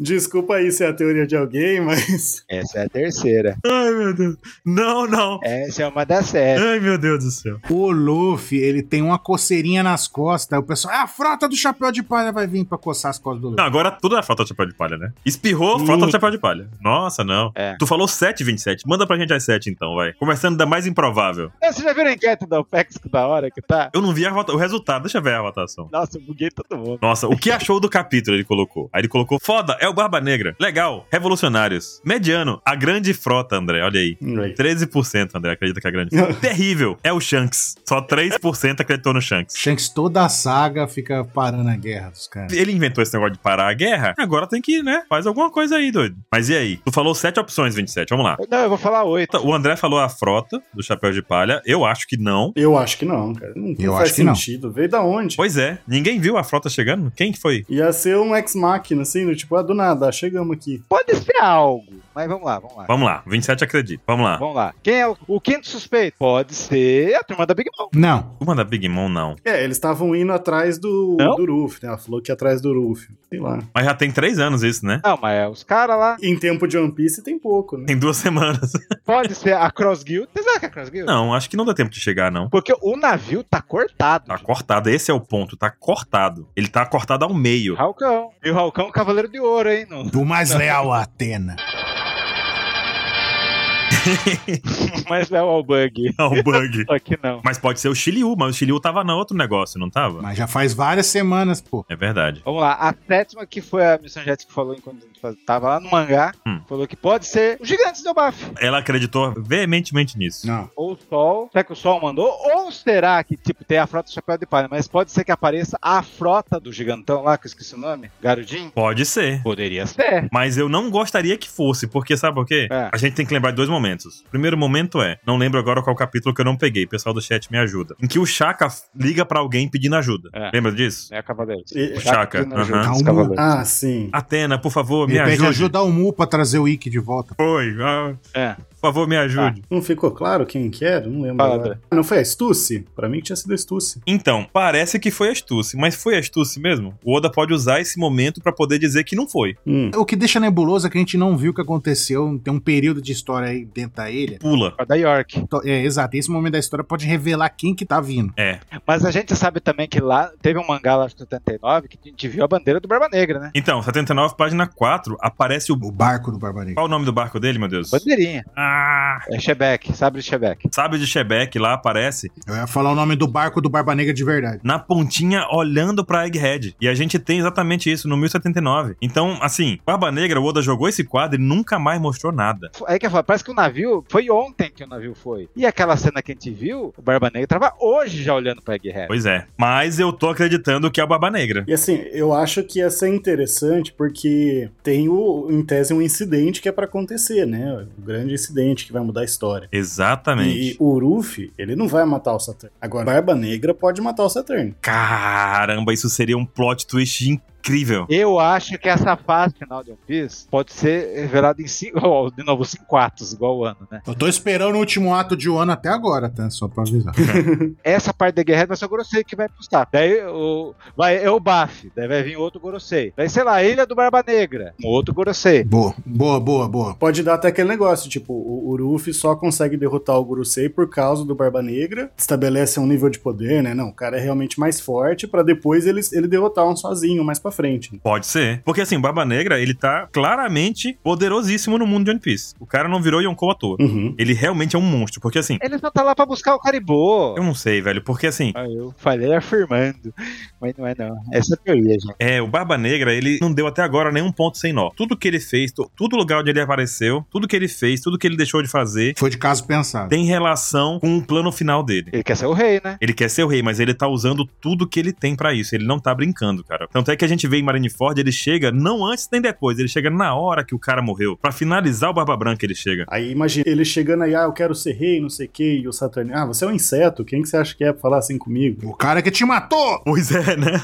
Speaker 4: Desculpa aí se é a teoria de alguém, mas
Speaker 3: Essa é a terceira.
Speaker 1: Ai, meu Deus. Não, não.
Speaker 3: Essa é uma das sete.
Speaker 1: Ai, meu Deus do céu.
Speaker 2: O Luffy, ele tem uma coceirinha nas costas. Aí o pessoal, ah, a frota do chapéu de palha vai vir pra coçar as costas do Luffy.
Speaker 1: Não, agora tudo é frota do chapéu de palha, né? Espirrou, frota do
Speaker 4: Ih.
Speaker 1: chapéu de palha. Nossa, não.
Speaker 3: É.
Speaker 1: Tu falou 7, 27. Manda pra gente as 7 então, vai. Começando da mais improvável.
Speaker 3: Ah, Vocês já viram a enquete da OPEX que da hora que tá?
Speaker 1: Eu não vi a vota... o resultado. Deixa eu ver a votação.
Speaker 3: Nossa, eu buguei todo mundo.
Speaker 1: Nossa, o que achou do capítulo ele colocou? Aí ele colocou: foda, é o Barba Negra. Legal, revolucionários. Mediano, a grande frota, André. Olha aí.
Speaker 4: Right.
Speaker 1: 13%, André, acredita que é a grande frota. Terrível, é o Shanks. Só 3% acreditou no Shanks.
Speaker 2: Shanks, toda a saga fica parando a guerra dos caras.
Speaker 1: Ele inventou esse negócio de parar a guerra. Agora tem que, né? Faz alguma coisa aí, doido. Mas e aí? Tu falou 7 opções, 27. Vamos lá.
Speaker 3: Não, eu vou falar oito.
Speaker 1: O André falou a frota do chapéu de palha. Eu acho que não.
Speaker 4: eu acho que não, cara. Não
Speaker 2: Eu
Speaker 4: faz
Speaker 2: acho que não.
Speaker 4: sentido. Veio da onde?
Speaker 1: Pois é, ninguém viu a frota chegando? Quem que foi?
Speaker 4: Ia ser um ex-máquina, assim, do tipo, ah, do nada, chegamos aqui.
Speaker 3: Pode ser algo, mas vamos lá, vamos lá.
Speaker 1: Vamos lá, 27 acredita. Vamos lá.
Speaker 3: Vamos lá. Quem é o, o quinto suspeito? Pode ser a turma da Big Mom.
Speaker 2: Não,
Speaker 1: Uma da Big Mom, não.
Speaker 4: É, eles estavam indo atrás do,
Speaker 3: Não?
Speaker 4: do Ruff, né? Ela falou que ia atrás do Ruff. Sei lá.
Speaker 1: Mas já tem 3 anos isso, né?
Speaker 3: Não, mas é os caras lá.
Speaker 4: Em tempo de One Piece tem pouco, né?
Speaker 1: Tem duas semanas.
Speaker 3: Pode ser a Cross Guild. Vocês acham que é a Cross Guild?
Speaker 1: Não, acho que não dá tempo de chegar, não.
Speaker 3: Porque o navio tá cortado.
Speaker 1: Tá cortado, esse é o ponto, tá cortado. Ele tá cortado ao meio.
Speaker 3: Halcão. E o Halcão é o Cavaleiro de Ouro, hein? Não,
Speaker 2: do mais leal a Atena.
Speaker 3: mas não é o Bug.
Speaker 1: É um bug.
Speaker 3: Só que não.
Speaker 1: Mas pode ser o Shiryu, mas o Shiryu tava na outro negócio, não tava?
Speaker 2: Mas já faz várias semanas, pô.
Speaker 1: É verdade.
Speaker 3: Vamos lá. A sétima que foi a Missão Jet que falou enquanto a gente faz- tava lá no mangá.
Speaker 1: Hum.
Speaker 3: Falou que pode ser o Gigante do Baf.
Speaker 1: Ela acreditou veementemente nisso.
Speaker 2: Não.
Speaker 3: ou o Sol. Será que o Sol mandou? Ou será que, tipo, tem a frota do Chapéu de Palha, mas pode ser que apareça a frota do gigantão lá, que eu esqueci o nome? Garudinho?
Speaker 1: Pode ser.
Speaker 3: Poderia ser.
Speaker 1: Mas eu não gostaria que fosse, porque sabe por quê?
Speaker 3: É.
Speaker 1: A gente tem que lembrar de dois momentos. O primeiro momento é, não lembro agora qual capítulo que eu não peguei, o pessoal do chat me ajuda. Em que o Chaka liga pra alguém pedindo ajuda.
Speaker 3: É.
Speaker 1: Lembra disso?
Speaker 3: É, Cavaleiros.
Speaker 4: E-
Speaker 1: Chaka,
Speaker 3: Chaka,
Speaker 1: aham.
Speaker 3: os
Speaker 2: Calma.
Speaker 3: Cavaleiros.
Speaker 4: Ah, sim.
Speaker 1: Atena, por favor,
Speaker 2: De
Speaker 1: me
Speaker 2: repente
Speaker 1: ajude.
Speaker 2: ajuda o Mu pra trazer o Ikki de volta.
Speaker 1: Foi, ah,
Speaker 3: É.
Speaker 1: por favor, me ajude.
Speaker 4: Não ficou claro quem que era? Não lembro.
Speaker 3: Fala,
Speaker 4: agora.
Speaker 3: André.
Speaker 4: Ah, Não foi a Stussy? Pra mim tinha sido a Stussy.
Speaker 1: Então, parece que foi astuce, mas foi astuce mesmo? O Oda pode usar esse momento pra poder dizer que não foi.
Speaker 4: Hum.
Speaker 2: O que deixa nebuloso é que a gente não viu o que aconteceu. Tem um período de história aí dentro da ilha.
Speaker 1: Pula.
Speaker 3: Da York.
Speaker 2: Então, É, exato. Esse momento da história pode revelar quem que tá vindo.
Speaker 1: É.
Speaker 3: Mas a gente sabe também que lá teve um mangá lá de 79 que a gente viu a bandeira do Barba Negra, né?
Speaker 1: Então, 79, página 4, aparece o...
Speaker 2: O barco do Barba Negra.
Speaker 1: Qual o nome do barco dele, meu Deus?
Speaker 3: Bandeirinha.
Speaker 1: Ah!
Speaker 3: É Shebeck, sabe de Shebeck.
Speaker 1: Sabe de Chebec lá aparece
Speaker 2: Eu ia falar o nome do barco do Barba Negra de verdade.
Speaker 1: na pontinha olhando pra Egghead. E a gente tem exatamente isso no 1079. Então, assim, Barba Negra, o Oda jogou esse quadro e nunca mais mostrou nada.
Speaker 3: Aí que eu falo, parece que o navio foi ontem que o navio foi. E aquela cena que a gente viu, o Barba Negra tava hoje já olhando pra Guerreiro.
Speaker 1: Pois é. Mas eu tô acreditando que é o Barba Negra.
Speaker 4: E assim, eu acho que ia ser interessante porque tem, o, em tese, um incidente que é pra acontecer, né? O grande incidente que vai mudar a história. E
Speaker 1: Exatamente.
Speaker 4: o Ruffy, ele não vai matar o Saturn. Agora, Barba Negra pode matar o Saturn.
Speaker 1: Caramba, isso seria um plot twist incrível.
Speaker 3: Eu acho que essa fase final de One Piece pode ser revelada em cinco, ó, de novo, cinco atos, igual o ano, né?
Speaker 2: Eu tô esperando o último ato de Wano até agora, tá? Só pra avisar.
Speaker 3: Essa parte da Guerreiro vai ser o Gorosei que vai postar. Daí o, vai, é o Baf, daí vai vir outro Gorosei. Daí, sei lá, Ilha do Barba Negra, um outro Gorosei.
Speaker 2: boa, boa, boa, boa.
Speaker 4: Pode dar até aquele negócio, tipo, o, o Ruffy só consegue derrotar o Gurusei por causa do Barba Negra, estabelece um nível de poder, né? Não, o cara é realmente mais forte pra depois ele, ele derrotar um sozinho mais pra frente.
Speaker 1: Pode ser. Porque assim, Barba Negra, ele tá claramente poderosíssimo no mundo de One Piece. O cara não virou Yonkou à toa.
Speaker 4: Uhum.
Speaker 1: Ele realmente é um monstro. Porque assim,
Speaker 3: Ele só tá lá pra buscar o Caribou.
Speaker 1: eu não sei, velho. Porque assim,
Speaker 3: Ah, eu falei afirmando, mas não é não. Essa é a teoria, gente.
Speaker 1: É, o Barba Negra, ele não deu até agora nenhum ponto sem nó. Tudo que ele fez, to- todo lugar onde ele apareceu, tudo que ele fez, tudo que ele deixou de fazer,
Speaker 2: Foi de caso pensado.
Speaker 1: tem relação com o plano final dele.
Speaker 3: Ele quer ser o rei, né?
Speaker 1: Ele quer ser o rei, mas ele tá usando tudo que ele tem pra isso. Ele não tá brincando, cara. Tanto é que a gente gente vê em Marineford, ele chega não antes nem depois, ele chega na hora que o cara morreu. Pra finalizar o Barba Branca, ele chega.
Speaker 4: Aí imagina, ele chegando aí, ah, eu quero ser rei, não sei o que, e o Saturno, ah, você é um inseto, quem que você acha que é pra falar assim comigo?
Speaker 2: O cara que te matou!
Speaker 1: Pois é, né?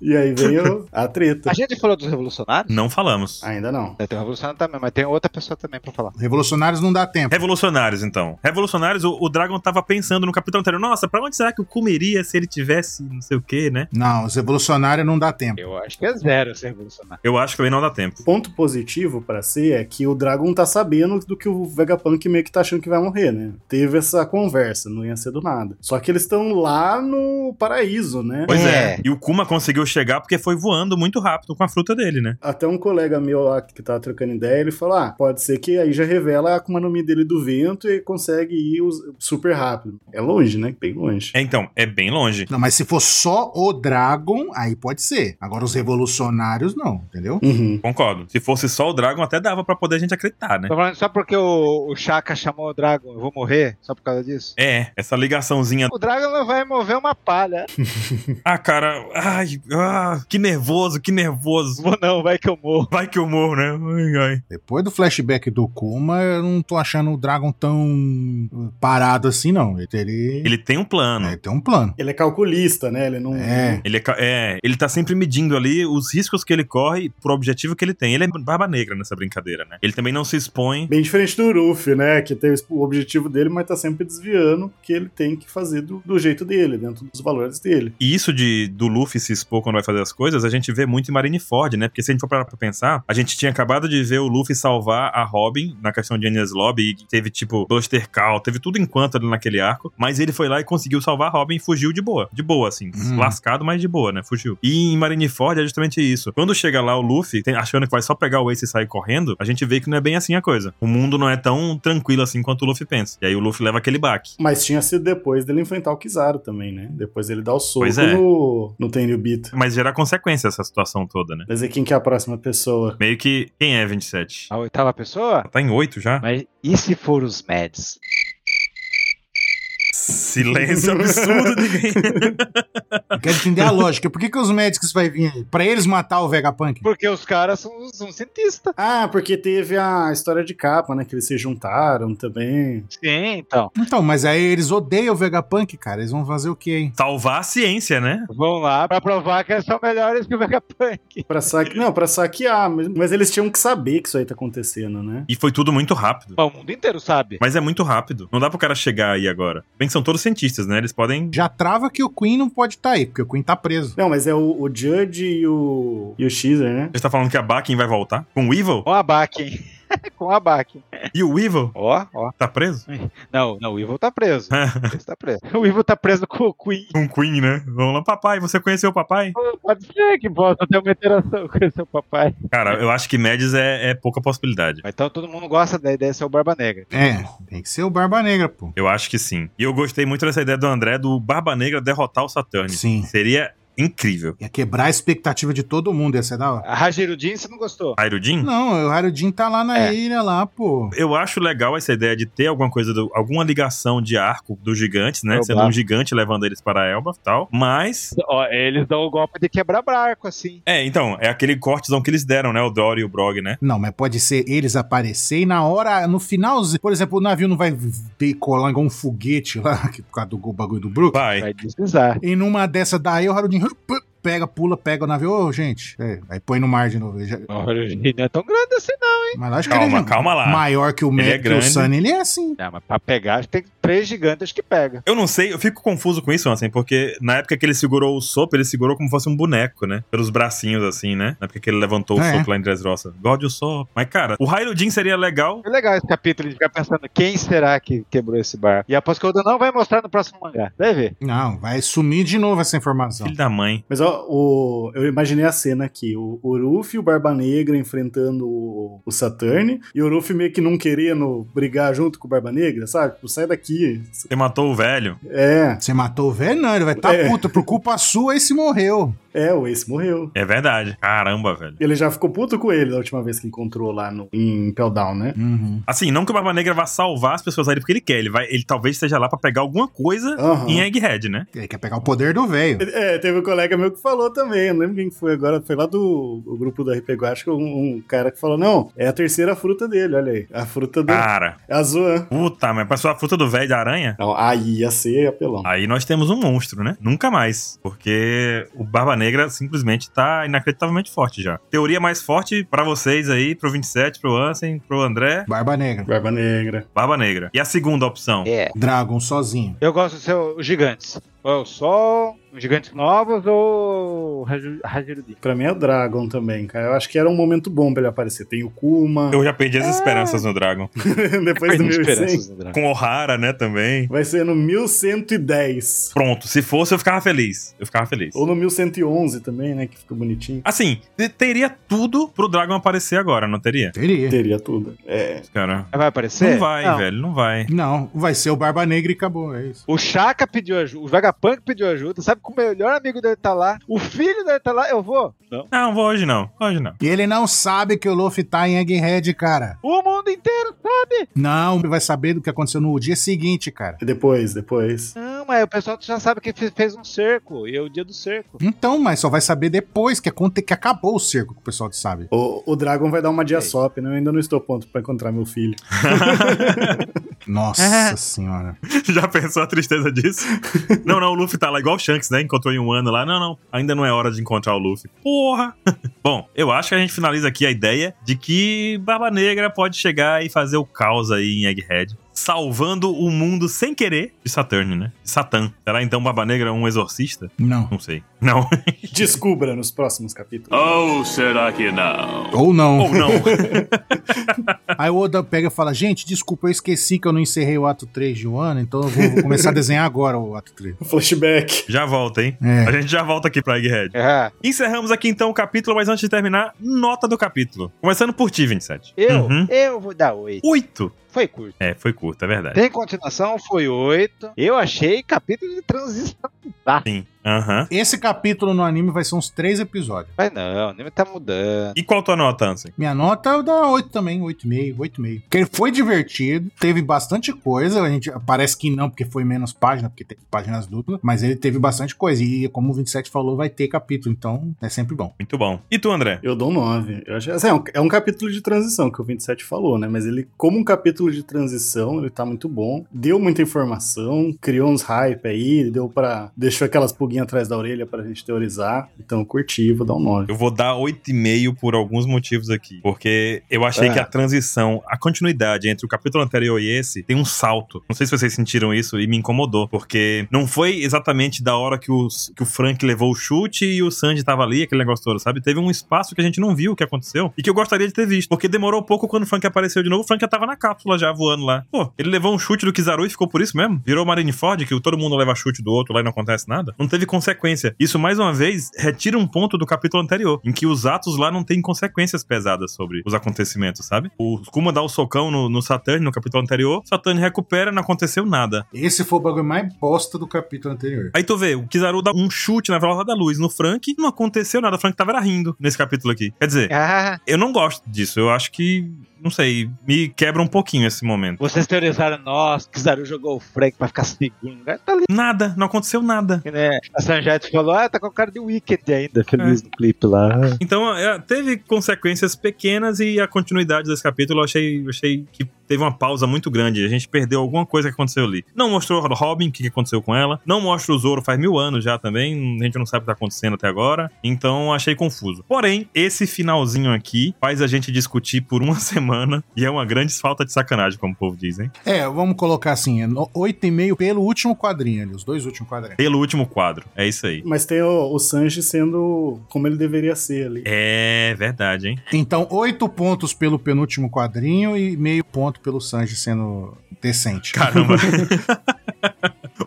Speaker 4: E aí veio a treta.
Speaker 3: A gente falou dos revolucionários?
Speaker 1: Não falamos.
Speaker 4: Ainda não.
Speaker 3: Tem um revolucionário também, mas tem outra pessoa também pra falar.
Speaker 2: Revolucionários não dá
Speaker 1: É-
Speaker 2: tempo.
Speaker 1: Revolucionários, então. Revolucionários, o, o Dragon tava pensando no capítulo anterior. Nossa, pra onde será que eu comeria se ele tivesse não sei o que, né?
Speaker 2: Não, os revolucionários não dá tempo.
Speaker 3: Eu acho que é zero ser revolucionário.
Speaker 1: Eu acho que também não dá tempo.
Speaker 4: Ponto positivo pra ser é que o Dragon tá sabendo do que o Vegapunk meio que tá achando que vai morrer, né? Teve essa conversa, não ia ser do nada. Só que eles estão lá no paraíso, né?
Speaker 1: Pois é.
Speaker 3: É.
Speaker 1: E o Kuma conseguiu chegar porque foi voando muito rápido com a fruta dele, né?
Speaker 4: Até um colega meu lá que tava trocando ideia, ele falou: ah, pode ser que aí já revela a Akuma no Mi dele do vento e consegue ir os- super rápido. É longe, né? Bem longe.
Speaker 1: É, Então, é bem longe.
Speaker 2: Não, mas se for só o Dragon, aí pode ser. Agora os revolucionários não, entendeu?
Speaker 4: Uhum.
Speaker 1: Concordo. Se fosse só o Dragon, até dava pra poder a gente acreditar, né?
Speaker 3: Tô falando só porque o, o Shaka chamou o Dragon, eu vou morrer? Só por causa disso?
Speaker 1: É, essa ligaçãozinha.
Speaker 3: O Dragon não vai mover uma palha.
Speaker 1: Ah, cara, ai, ah, que nervoso, que nervoso.
Speaker 3: Vou não, vai que eu morro.
Speaker 1: Vai que eu morro, né? Ai, ai.
Speaker 2: Depois do flashback do Kuma, eu não tô achando o Dragon tão parado assim, não. Ele, ele,
Speaker 1: Ele tem um plano.
Speaker 2: é, tem um plano.
Speaker 4: Ele é calculista, né? Ele não.
Speaker 2: É.
Speaker 1: Ele é, ca- é, ele tá sempre medindo ali os riscos que ele corre pro objetivo que ele tem. Ele é barba negra nessa brincadeira, né? Ele também não se expõe.
Speaker 4: Bem diferente do Ruffy, né? Que tem o objetivo dele, mas tá sempre desviando o que ele tem que fazer do, do jeito dele, dentro dos valores dele.
Speaker 1: E isso de do Luffy se expor quando vai fazer as coisas, a gente vê muito em Marineford, né? Porque se a gente for parar pra pensar, a gente tinha acabado de ver o Luffy salvar a Robin na questão de Enies Lobby e teve, tipo, Buster Call, teve tudo enquanto ali naquele arco, mas ele foi lá e conseguiu salvar a Robin e fugiu de boa. De boa, assim.
Speaker 2: Hum.
Speaker 1: Lascado, mas de boa, né? Fugiu. E em Marineford é justamente isso. Quando chega lá o Luffy, tem- achando que vai só pegar o Ace e sair correndo, a gente vê que não é bem assim a coisa. O mundo não é tão tranquilo assim quanto o Luffy pensa. E aí o Luffy leva aquele baque.
Speaker 4: Mas tinha sido depois dele enfrentar o Kizaru também, né? Depois ele dá o soco
Speaker 1: Pois é.
Speaker 4: no, no Tenryubito.
Speaker 1: Mas gera consequência essa situação toda, né?
Speaker 4: Mas e quem que é a próxima pessoa?
Speaker 1: Meio que. Quem é 27?
Speaker 3: A oitava pessoa?
Speaker 1: Tá em oito já?
Speaker 3: Mas e se for os Meds?
Speaker 1: Silêncio absurdo, ninguém.
Speaker 2: Eu quero entender a lógica. Por que, que os médicos vai vir aí? Pra eles matar o Vegapunk?
Speaker 3: Porque os caras são, são cientistas.
Speaker 4: Ah, porque teve a história de capa, né? Que eles se juntaram também.
Speaker 3: Sim, então.
Speaker 2: Então, mas aí eles odeiam o Vegapunk, cara. Eles vão fazer o quê, hein?
Speaker 1: Salvar a ciência, né?
Speaker 3: Vão lá pra provar que eles são melhores que o Vegapunk.
Speaker 4: Pra saque... Não, pra saquear. Mas, mas eles tinham que saber que isso aí tá acontecendo, né?
Speaker 1: E foi tudo muito rápido.
Speaker 3: Mas o mundo inteiro sabe.
Speaker 1: Mas é muito rápido. Não dá pro cara chegar aí agora. Bem que são todos cientistas, né? Eles podem.
Speaker 2: Já trava que o Queen não pode estar aí, porque o Queen tá preso.
Speaker 4: Não, mas é o, o Judge e o, e o Caesar, né?
Speaker 1: Você tá falando que a Bakken vai voltar? Com o Evil?
Speaker 3: Com a Bakken. Com a Bakken.
Speaker 1: E o Evil
Speaker 3: Ó, ó.
Speaker 1: tá preso?
Speaker 3: Não, não, o Ivo tá preso. Esse tá preso. O Ivo tá preso com o Queen.
Speaker 1: Com o Queen, né? Vamos lá, papai. Você conheceu o papai?
Speaker 3: Pô, Pode ser que possa ter uma interação com seu papai.
Speaker 1: Cara, eu acho que Médis é, é pouca possibilidade.
Speaker 3: Então todo mundo gosta da ideia de ser o Barba Negra.
Speaker 2: É, tem que ser o Barba Negra, pô.
Speaker 1: Eu acho que sim. E eu gostei muito dessa ideia do André do Barba Negra derrotar o Saturn.
Speaker 2: Sim.
Speaker 1: Seria incrível.
Speaker 2: Ia quebrar a expectativa de todo mundo, ia ser da hora.
Speaker 3: A Rajirudin, você não gostou?
Speaker 1: Airudin?
Speaker 2: Não, o Harudin tá lá na
Speaker 3: É.
Speaker 2: ilha, lá, pô.
Speaker 1: Eu acho legal essa ideia de ter alguma coisa, do- alguma ligação de arco dos gigantes, né?
Speaker 3: Elba.
Speaker 1: Sendo um gigante levando eles para a Elba e tal. Mas.
Speaker 3: Ó, eles dão o golpe de quebrar barco, assim.
Speaker 1: É, então, é aquele cortezão que eles deram, né? O Dory e o Brog, né?
Speaker 2: Não, mas pode ser eles aparecer e na hora, no finalzinho. Por exemplo, o navio não vai decolar igual um foguete lá, que por causa do go- bagulho do Brook.
Speaker 1: Vai.
Speaker 3: Vai deslizar.
Speaker 2: E numa dessa daí, o Harudin hup, pega, pula, pega o navio. Ô, gente. é, aí põe no mar de novo. Já-
Speaker 3: A Rajirudin não é tão grande assim, não.
Speaker 2: Mas acho que
Speaker 1: Calma,
Speaker 2: ele é
Speaker 1: calma lá.
Speaker 2: maior que o
Speaker 1: Ele é
Speaker 2: Mac, que o
Speaker 1: grande.
Speaker 2: Sunny, ele é assim.
Speaker 3: Não, mas pra pegar, acho que tem três gigantes que pega.
Speaker 1: Eu não sei, eu fico confuso com isso, assim, porque na época que ele segurou o sopro, ele segurou como fosse um boneco, né? Pelos bracinhos, assim, né? Na época que ele levantou o
Speaker 2: É.
Speaker 1: sopro lá em Dressrosa. God, o sopro. Mas, cara, o Hyrule seria legal.
Speaker 3: É legal esse capítulo de ficar pensando quem será que quebrou esse barco. E aposto que o Oda não vai mostrar no próximo mangá. Vai ver.
Speaker 2: Não, vai sumir de novo essa informação.
Speaker 1: Filho da mãe.
Speaker 4: Mas ó, o, eu imaginei a cena aqui: o, o Ruffy e o Barba Negra enfrentando o, o Saturn, e o Ruffy meio que não querendo brigar junto com o Barba Negra, sabe? Tipo, sai daqui.
Speaker 1: Você matou o velho.
Speaker 4: É,
Speaker 2: Você matou o velho? Não, ele vai estar
Speaker 4: É.
Speaker 2: puto. Por culpa sua, esse morreu.
Speaker 4: é, o Ace morreu.
Speaker 1: É verdade. Caramba, velho.
Speaker 4: Ele já ficou puto com ele da última vez que encontrou lá no, em Peldown, né?
Speaker 2: Uhum.
Speaker 1: Assim, não que o Barba Negra vá salvar as pessoas ali porque ele quer. Ele vai, ele talvez esteja lá pra pegar alguma coisa
Speaker 4: Aham.
Speaker 1: em Egghead, né?
Speaker 2: Ele quer pegar o poder do velho.
Speaker 4: É, teve um colega meu que falou também, eu não lembro quem foi agora, foi lá do o grupo do RP Guacha, um, um cara que falou, não, é a terceira fruta dele, olha aí, a fruta do...
Speaker 1: Cara,
Speaker 4: É a Zoan.
Speaker 1: puta, mas passou a fruta do velho da aranha?
Speaker 4: Então, aí ia ser apelão.
Speaker 1: Aí nós temos um monstro, né? Nunca mais. Porque o Barba Negra simplesmente tá inacreditavelmente forte já. Teoria mais forte pra vocês aí, pro 27, pro Ansem, pro André,
Speaker 2: Barba Negra.
Speaker 4: Barba Negra.
Speaker 1: Barba Negra. E a segunda opção?
Speaker 3: É.
Speaker 2: Dragon sozinho.
Speaker 3: Eu gosto de ser os gigantes. Ou é o Sol, os gigantes novos ou o Raju- Rajirudi.
Speaker 4: Pra mim é o Dragon também, cara. Eu acho que era um momento bom pra ele aparecer. Tem o Kuma,
Speaker 1: Eu já perdi as esperanças no Dragon.
Speaker 4: depois
Speaker 1: é,
Speaker 3: Perdi
Speaker 4: do 1100.
Speaker 3: esperanças no Dragon.
Speaker 1: Com O'Hara, né, também.
Speaker 4: Vai ser no 1110.
Speaker 1: Pronto, se fosse eu ficava feliz. Eu ficava feliz.
Speaker 4: Ou no 1111 também, né? Que fica bonitinho.
Speaker 1: Assim, te- teria tudo pro Dragon aparecer agora, não teria?
Speaker 2: Teria.
Speaker 4: Teria tudo. É.
Speaker 1: Cara,
Speaker 3: Vai aparecer?
Speaker 1: não vai, velho, não vai.
Speaker 2: Não, vai ser o Barba Negra e acabou, é isso.
Speaker 3: O Chaka pediu ajuda, o Vegapunk pediu ajuda, sabe que o melhor amigo dele tá lá, o filho dele tá lá, eu vou. Não.
Speaker 1: Não, vou hoje não, hoje não.
Speaker 2: E ele não sabe que o Luffy tá em Egghead, cara.
Speaker 3: O mundo inteiro sabe!
Speaker 2: Não, ele vai saber do que aconteceu no dia seguinte, cara.
Speaker 4: Depois, depois.
Speaker 3: Não, mas o pessoal já sabe que fe- fez um cerco, e é o dia do cerco.
Speaker 2: Então, mas só vai saber depois que, aconte... que acabou o cerco, que o pessoal sabe.
Speaker 4: O, o Dragon vai dar uma dia sop, né? Eu ainda não estou pronto pra encontrar meu filho.
Speaker 1: É.
Speaker 2: Nossa senhora.
Speaker 1: Já pensou a tristeza disso? não, não, o Luffy tá lá igual o Shanks, né? Encontrou em um ano lá. Não, não, ainda não é hora de encontrar o Luffy. Porra! Bom, eu acho que a gente finaliza aqui a ideia de que Barba Negra pode chegar e fazer o caos aí em Egghead. Salvando o mundo sem querer de Saturn, né? De Satã. Será então Barba Negra um exorcista?
Speaker 2: Não.
Speaker 1: Não sei. Não.
Speaker 4: Descubra nos próximos capítulos.
Speaker 6: Ou será que não?
Speaker 2: Ou não.
Speaker 1: Ou não.
Speaker 2: Aí o Oda pega e fala: Gente, desculpa, eu esqueci que eu não encerrei o ato 3 de um ano, então eu vou, vou começar a desenhar agora o ato 3.
Speaker 4: Flashback.
Speaker 1: Já volta, hein?
Speaker 2: É.
Speaker 1: A gente já volta aqui pra Egghead.
Speaker 3: É.
Speaker 1: Encerramos aqui então o capítulo, mas antes de terminar, nota do capítulo. Começando por ti, 27.
Speaker 3: Eu,
Speaker 1: Uhum.
Speaker 3: eu vou dar oito.
Speaker 1: Oito.
Speaker 3: Foi curto.
Speaker 1: É, foi curto, é verdade.
Speaker 3: Tem continuação, foi oito. Eu achei capítulo de transição.
Speaker 1: Sim. Aham.
Speaker 2: Esse capítulo no anime vai ser uns três episódios.
Speaker 3: Mas não, nem tá mudando.
Speaker 1: E qual tua nota, Ansem?
Speaker 2: Minha nota é dá 8 também, 8,5, 8,5. Porque ele foi divertido, teve bastante coisa. A gente parece que não, porque foi menos página, porque teve páginas duplas, mas ele teve bastante coisa. E como o 27 falou, vai ter capítulo, então é sempre bom.
Speaker 1: Muito bom. E tu, André?
Speaker 4: Eu dou 9. Eu acho, assim, é, um, é um capítulo de transição, que o 27 falou, né? Mas ele, como um capítulo de transição, ele tá muito bom. Deu muita informação, criou uns hype aí, deu pra. Deixou aquelas pulguinhas atrás da orelha pra gente teorizar. Então eu curti, vou dar um 9.
Speaker 1: Eu vou dar 8,5 por alguns motivos aqui. Porque eu achei
Speaker 3: Ah.
Speaker 1: que a transição, a continuidade entre o capítulo anterior e esse, tem um salto. Não sei se vocês sentiram isso e me incomodou. Porque não foi exatamente da hora que, os, que o Frank levou o chute e o Sanji tava ali, aquele negócio todo, sabe? Teve um espaço que a gente não viu o que aconteceu e que eu gostaria de ter visto. Porque demorou pouco quando o Frank apareceu de novo. O Frank já tava na cápsula já voando lá. Pô, ele levou um chute do Kizaru e ficou por isso mesmo? Virou Marineford, que todo mundo leva chute do outro lá e não acontece nada? Não teve consequência. Isso, mais uma vez, retira um ponto do capítulo anterior, em que os atos lá não têm consequências pesadas sobre os acontecimentos, sabe? O Kuma dá o socão no, no Saturn no capítulo anterior, Saturn recupera, não aconteceu nada.
Speaker 2: Esse foi o bagulho mais bosta do capítulo anterior.
Speaker 1: Aí tu vê, o Kizaru dá um chute na velocidade da luz no Frank, não aconteceu nada. O Frank tava era rindo nesse capítulo aqui. Quer dizer,
Speaker 3: Ah,
Speaker 1: eu não gosto disso. Eu acho que, não sei, me quebra um pouquinho esse momento.
Speaker 3: vocês teorizaram, nossa, Kizaru jogou o Frank pra ficar segundo. lugar. Tá ali,
Speaker 1: Nada, não aconteceu nada.
Speaker 3: né? A Sanjete falou, ah, tá com a cara de Wicked ainda, feliz no clipe lá.
Speaker 1: Então, é, teve consequências pequenas e a continuidade desse capítulo eu achei, eu achei que teve uma pausa muito grande. A gente perdeu alguma coisa que aconteceu ali. Não mostrou a Robin, o que que aconteceu com ela. Não mostra o Zoro faz mil anos já também. A gente não sabe o que tá acontecendo até agora. Então, achei confuso. Porém, esse finalzinho aqui faz a gente discutir por uma semana e é uma grande falta de sacanagem, como o povo diz, hein?
Speaker 2: É, vamos colocar assim, é no- 8,5 pelo último quadrinho ali, os dois últimos quadrinhos.
Speaker 1: Pelo último quadro. É isso aí.
Speaker 4: Mas tem o, o Sanji sendo como ele deveria ser ali.
Speaker 1: É verdade, hein?
Speaker 2: Então, 8 pontos pelo penúltimo quadrinho e meio ponto pelo Sanji sendo decente.
Speaker 1: Caramba.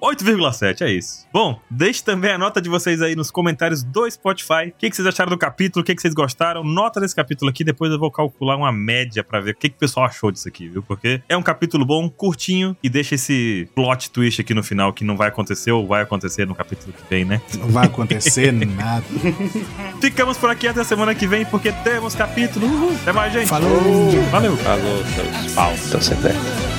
Speaker 1: 8,7, é isso. Bom, deixe também a nota de vocês aí nos comentários do Spotify. O que, que vocês acharam do capítulo? O que, que vocês gostaram? Nota desse capítulo aqui, depois eu vou calcular uma média pra ver o que, que o pessoal achou disso aqui, viu? Porque é um capítulo bom, curtinho, e deixa esse plot twist aqui no final que não vai acontecer ou vai acontecer no capítulo que vem, né?
Speaker 2: Não vai acontecer nada.
Speaker 1: Ficamos por aqui até a semana que vem, porque temos capítulo. Uhul. Até mais, gente.
Speaker 2: Falou!
Speaker 1: Valeu!
Speaker 6: Alô, seus falsos.
Speaker 3: Então você pega.